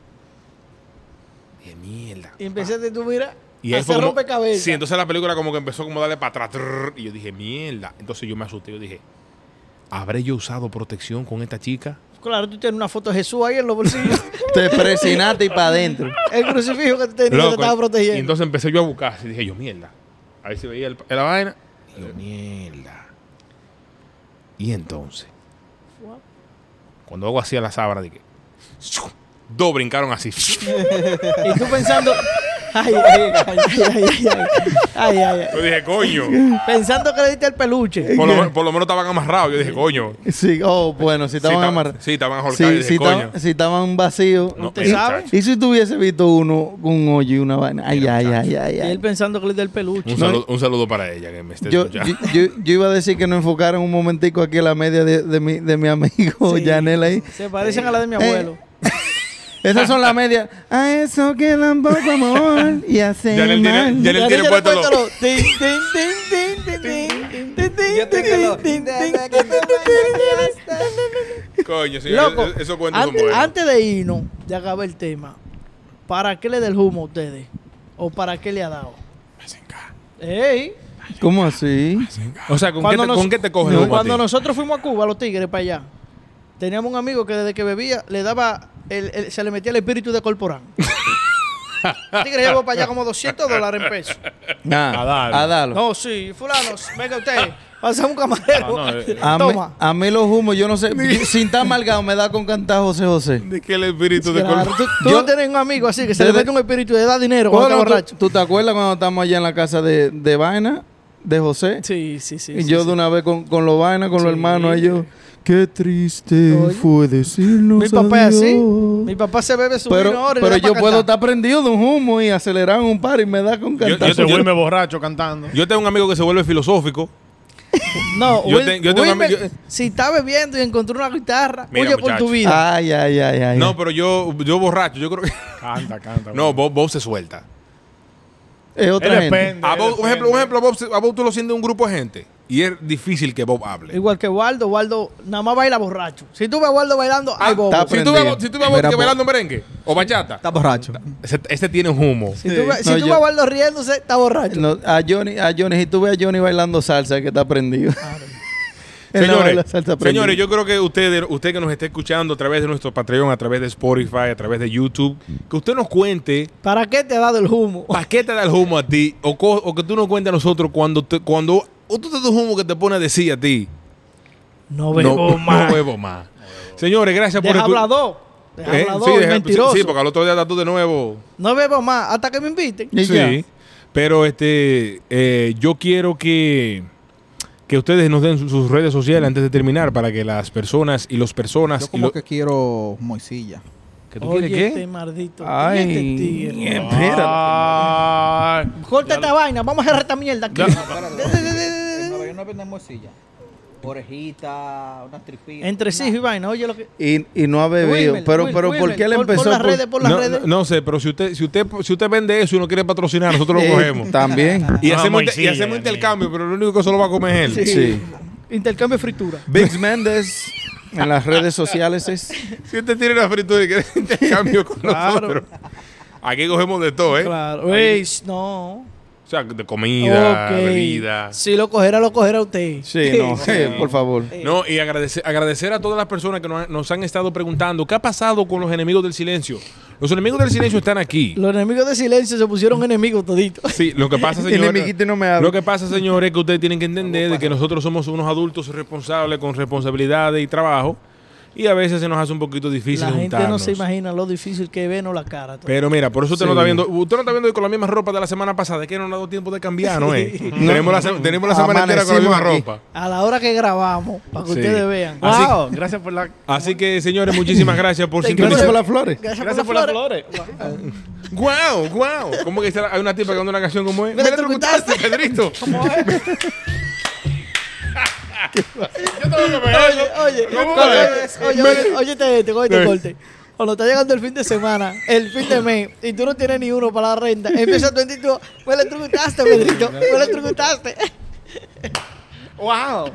Speaker 1: dije, mierda.
Speaker 2: Y empezaste tú, mira,
Speaker 1: Y
Speaker 2: a
Speaker 1: ahí fue
Speaker 2: hacer
Speaker 1: como-
Speaker 2: rompecabezas.
Speaker 1: Sí, entonces la película como que empezó como a darle para atrás. trrr, y yo dije, mierda. Entonces yo me asusté. Yo dije, ¿habré yo usado protección con esta chica?
Speaker 2: Claro, tú tienes una foto de Jesús ahí en los bolsillos.
Speaker 3: Te presionaste y para adentro.
Speaker 2: el crucifijo que tú tenías te estaba
Speaker 1: Y
Speaker 2: protegiendo.
Speaker 1: entonces empecé yo a buscar. Y dije, yo, mierda. A ver si veía el- la vaina. Y yo, mierda. Y entonces, cuando hago así a la sábana, dije, ¡shuu! dos brincaron así. yo
Speaker 2: Y, tú pensando... Ay, ay, ay, ay, ay, ay, ay, ay, ay.
Speaker 1: dije, coño.
Speaker 2: Pensando que le diste el peluche.
Speaker 1: Por lo, men- por lo menos estaban amarrados. Yo dije, coño.
Speaker 3: Sí, oh, bueno, si
Speaker 1: Sí,
Speaker 3: estaban
Speaker 1: estaban-
Speaker 3: amarrados.
Speaker 1: Sí, estaban
Speaker 3: Sí,
Speaker 1: ahorcados. yo dije,
Speaker 3: si,
Speaker 1: coño.
Speaker 3: estaban- si estaban vacíos.
Speaker 1: No,
Speaker 2: ¿Usted
Speaker 1: eh,
Speaker 2: sabe?
Speaker 1: chacho.
Speaker 3: ¿Y si tuviese visto uno con un hoyo y una vaina? Ay,
Speaker 1: Mira,
Speaker 3: ay, ay,
Speaker 1: muchacho.
Speaker 3: ay,
Speaker 2: Y él
Speaker 3: ay.
Speaker 2: pensando que le diste el peluche.
Speaker 1: Un,
Speaker 3: No,
Speaker 1: saludo, un saludo para ella que me esté
Speaker 3: Yo, yo,
Speaker 1: escuchando.
Speaker 3: yo- yo iba a decir que nos enfocaron un momentico aquí a la media de, de mi, de mi amigo
Speaker 2: Sí.
Speaker 3: Yanel ahí.
Speaker 2: Se parecen a la de
Speaker 1: Eh,
Speaker 2: mi abuelo.
Speaker 3: Esas son las medias. A eso quedan poco amor y hacer
Speaker 1: Yanel tiene-
Speaker 3: mal.
Speaker 1: Yanel-
Speaker 2: Ya
Speaker 1: tiene
Speaker 2: le- ya le
Speaker 1: puesto
Speaker 2: puesto
Speaker 1: lo-
Speaker 2: lo- Tin, tin, tin, tin, tin, tin, tin, tin,
Speaker 5: Yo tengo
Speaker 2: tin,
Speaker 5: lo-
Speaker 2: tin, tin, tin, tin,
Speaker 1: Coño, sí,
Speaker 2: Loco,
Speaker 1: es- esos cuentos son
Speaker 2: antes,
Speaker 1: buenos.
Speaker 2: antes de irnos, de acabar el tema, ¿para qué le dé el humo a ustedes? ¿O para qué le ha dado? ¡Ey!
Speaker 3: ¿Cómo así?
Speaker 1: O sea, ¿con, qué
Speaker 2: Cuando
Speaker 1: te,
Speaker 2: nos-
Speaker 1: ¿con qué te cogen
Speaker 2: No,
Speaker 1: los
Speaker 2: cuando
Speaker 1: patines?
Speaker 2: nosotros fuimos a Cuba, los tigres, para allá, teníamos un amigo que desde que bebía le daba, el- el- se le metía el espíritu de Corporán. el tigre llevó para allá como 200 dólares en pesos.
Speaker 3: Ah,
Speaker 4: A darlo.
Speaker 3: A darlo.
Speaker 2: No, sí, fulano, venga usted, pasa un camarero.
Speaker 4: Ah, no, eh,
Speaker 3: A,
Speaker 2: Toma.
Speaker 3: mí, a mí los humos, yo no sé. Sin estar amalgado me da con cantar José José.
Speaker 1: ¿De qué el espíritu de
Speaker 2: Claro,
Speaker 1: Col-
Speaker 2: tú, tú no tienes un amigo así que se le
Speaker 3: Desde-
Speaker 2: mete un espíritu y le da dinero cuando
Speaker 3: Bueno,
Speaker 2: está
Speaker 3: tú-
Speaker 2: borracho.
Speaker 3: ¿tú, te acuerdas cuando estábamos allá en la casa de, de Vaina, de José?
Speaker 2: Sí, sí, sí.
Speaker 3: y
Speaker 2: sí,
Speaker 3: yo
Speaker 2: sí.
Speaker 3: de una vez con, con los Vaina, con los
Speaker 2: Sí.
Speaker 3: hermanos, ellos. Qué triste
Speaker 2: Oye.
Speaker 3: fue decirnos
Speaker 2: Mi papá es así.
Speaker 3: adiós".
Speaker 2: Mi papá se bebe su
Speaker 3: pero
Speaker 2: vino ahora y
Speaker 3: pero
Speaker 2: le da
Speaker 3: yo
Speaker 2: pa'
Speaker 3: puedo
Speaker 2: cantar.
Speaker 3: estar prendido de un humo y acelerar en un par y me da con cantar.
Speaker 4: Yo
Speaker 1: Yo-
Speaker 4: se
Speaker 1: yo-
Speaker 4: vuelve borracho cantando.
Speaker 1: Yo tengo un amigo que se vuelve filosófico.
Speaker 2: No,
Speaker 1: Yo
Speaker 2: Wil-
Speaker 1: te- yo tengo un
Speaker 2: Wilmer,
Speaker 1: amigo-
Speaker 2: si está bebiendo y encontró una guitarra,
Speaker 1: Mira,
Speaker 2: huye por tu
Speaker 1: muchacho.
Speaker 2: vida.
Speaker 3: ay, ay, ay, ay.
Speaker 1: No, pero yo, yo borracho, yo creo que.
Speaker 4: Canta, canta.
Speaker 1: No,
Speaker 4: güey.
Speaker 1: Bob, Bob se suelta.
Speaker 3: es
Speaker 4: Él
Speaker 3: otra gente.
Speaker 4: depende,
Speaker 1: A
Speaker 4: él
Speaker 1: Bob, Ah, un ejemplo, un
Speaker 4: depende.
Speaker 1: ejemplo a, Bob, se- a Bob tú lo sientes un grupo de gente y es difícil que Bob hable.
Speaker 2: Igual que Waldo, Waldo nada más baila borracho. Si tú ves a Waldo bailando,
Speaker 1: Ah,
Speaker 2: ay, bobo.
Speaker 3: está
Speaker 1: Si tú ves a Bob,
Speaker 3: aprendido.
Speaker 1: si tú ves a Bob
Speaker 5: Mira,
Speaker 1: que
Speaker 5: Bob.
Speaker 1: bailando merengue o bachata,
Speaker 5: Está borracho.
Speaker 1: ese, ese tiene un humo.
Speaker 2: Si tú, ves, si
Speaker 3: No,
Speaker 2: tú
Speaker 3: yo-
Speaker 2: ves a Waldo riéndose, está borracho.
Speaker 3: No, a Johnny, a Johnny, si tú ves a Johnny bailando salsa, que está prendido. Él no baila
Speaker 1: Señores,
Speaker 3: salsa prendido.
Speaker 1: señores, yo creo que ustedes, usted que nos esté escuchando a través de nuestro Patreon, a través de Spotify, a través de YouTube, que usted nos cuente
Speaker 2: ¿Para qué te ha dado el humo?
Speaker 1: para qué te da el humo a ti o, co- o que tú nos cuentes a nosotros cuando te- cuando o tú te das un humo que te pone a decir a ti.
Speaker 2: No bebo
Speaker 1: no,
Speaker 2: más.
Speaker 1: no bebo más. Señores, gracias por
Speaker 2: Deja
Speaker 1: escu-
Speaker 2: hablador. Deja
Speaker 1: Eh,
Speaker 2: hablador,
Speaker 1: sí,
Speaker 2: el
Speaker 1: deja-
Speaker 2: mentiroso.
Speaker 1: sí, porque al otro día estás tú de nuevo.
Speaker 2: No bebo más hasta que me inviten.
Speaker 3: Y ya.
Speaker 1: Sí. Pero este, eh, yo quiero que, que ustedes nos den su- sus redes sociales antes de terminar para que las personas y los
Speaker 3: Ah,
Speaker 1: personas
Speaker 5: Yo
Speaker 1: y
Speaker 5: como
Speaker 1: lo-
Speaker 5: que quiero moisilla.
Speaker 1: ¿Que tú
Speaker 2: Oye,
Speaker 1: quieres qué?
Speaker 2: este Ah, mardito.
Speaker 3: Ay.
Speaker 2: Oye, este tigre.
Speaker 4: Ay.
Speaker 2: Corta esta vaina, vamos a cerrar esta mierda aquí.
Speaker 5: En Nueva York no venden moisilla. Orejita, unas tripitas.
Speaker 2: Entre sí y vaina, oye lo que.
Speaker 3: Y, y no ha bebido.
Speaker 2: Wilmer,
Speaker 3: pero,
Speaker 2: Wil-
Speaker 3: pero ¿por
Speaker 2: Wilmer,
Speaker 3: qué él
Speaker 2: pon-
Speaker 3: empezó?
Speaker 2: Pon las
Speaker 3: por-
Speaker 2: redes, por las
Speaker 1: No,
Speaker 2: redes.
Speaker 1: no, no sé, pero si usted, si usted, si usted vende eso y no quiere patrocinar, nosotros
Speaker 3: Eh,
Speaker 1: lo cogemos.
Speaker 3: También.
Speaker 1: Y
Speaker 4: Ah,
Speaker 1: hacemos,
Speaker 4: Moisés,
Speaker 1: y hacemos
Speaker 4: Daniel.
Speaker 1: intercambio, pero lo único que solo va a comer es él.
Speaker 3: Sí.
Speaker 2: Intercambio de fritura.
Speaker 3: Biggs Méndez en las redes sociales es.
Speaker 1: Si usted tiene una fritura y quiere intercambio con nosotros, aquí cogemos de todo, ¿eh?
Speaker 2: Claro. Ey, no.
Speaker 1: O sea, de comida,
Speaker 2: Ok.
Speaker 1: bebida.
Speaker 2: Si lo cogiera, lo cogiera usted.
Speaker 3: Sí, no, eh, por favor.
Speaker 1: No, y agradecer, agradecer a todas las personas que nos han, nos han estado preguntando qué ha pasado con los enemigos del silencio. Los enemigos del silencio están aquí.
Speaker 2: Los enemigos de silencio se pusieron enemigos toditos.
Speaker 1: Sí, lo que pasa,
Speaker 3: Enemiguito y
Speaker 1: señores.
Speaker 3: no me habla.
Speaker 1: Lo que pasa, señores, es que ustedes tienen que entender de que nosotros somos unos adultos responsables con responsabilidades y trabajo. Y a veces se nos hace un poquito difícil
Speaker 2: La gente no
Speaker 1: juntarnos.
Speaker 2: se imagina lo difícil que es vernos la cara.
Speaker 1: Pero mira, por eso usted
Speaker 3: Sí.
Speaker 1: no está viendo, usted no está viendo con la misma ropa de la semana pasada, es que no nos ha dado tiempo de cambiar, ¿no es? tenemos, la, se- tenemos la semana entera con la misma
Speaker 3: Ah, Amanecimos aquí.
Speaker 1: ropa.
Speaker 2: A la hora que grabamos, para que
Speaker 1: Sí.
Speaker 2: ustedes vean.
Speaker 1: Así-
Speaker 4: Wow, gracias por la.
Speaker 1: Así que, señores, muchísimas gracias por
Speaker 3: Gracias
Speaker 1: sintonizar.
Speaker 3: por las flores.
Speaker 4: Gracias por las flores.
Speaker 1: ¡Guau! ¡Guau! ¿Cómo que dice la- hay una tipa que canta una canción como es?
Speaker 2: Me
Speaker 1: ¡Me electrocutaste,
Speaker 2: electrocutaste.
Speaker 1: Pedrito!
Speaker 2: Oye, oye, oye, oye, oye, te, te, te corte. Cuando está llegando el fin de semana, el fin de mes, y tú no tienes ni uno para la renta, empieza tu entito, me la trucutaste, Pedrito, "Pues me pues la trucutaste.
Speaker 4: Wow.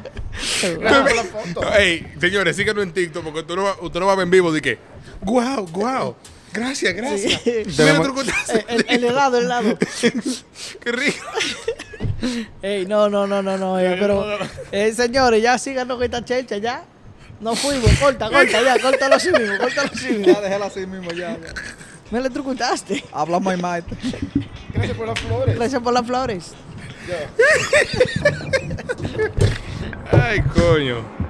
Speaker 1: Ey, señores, síganos en TikTok porque tú no, va- usted no va a ver en vivo de que ¡Guau! ¡Guau! Gracias, gracias. Me
Speaker 3: Tenemos-
Speaker 1: electrocutaste.
Speaker 2: Eh, El, el helado, el helado.
Speaker 1: ¡Qué rico!
Speaker 2: Ey, no, no, no, no, no, eh, pero, eh, señores, ya síganos con esta chelcha, ya. No fuimos, corta, corta, ya, córtalo así mismo, córtalo así mismo.
Speaker 5: Ya, déjala así mismo ya. ya.
Speaker 2: Me la trucutaste.
Speaker 5: Habla my mind.
Speaker 4: Gracias por las flores.
Speaker 2: Gracias por las flores.
Speaker 1: ¡Ay, coño!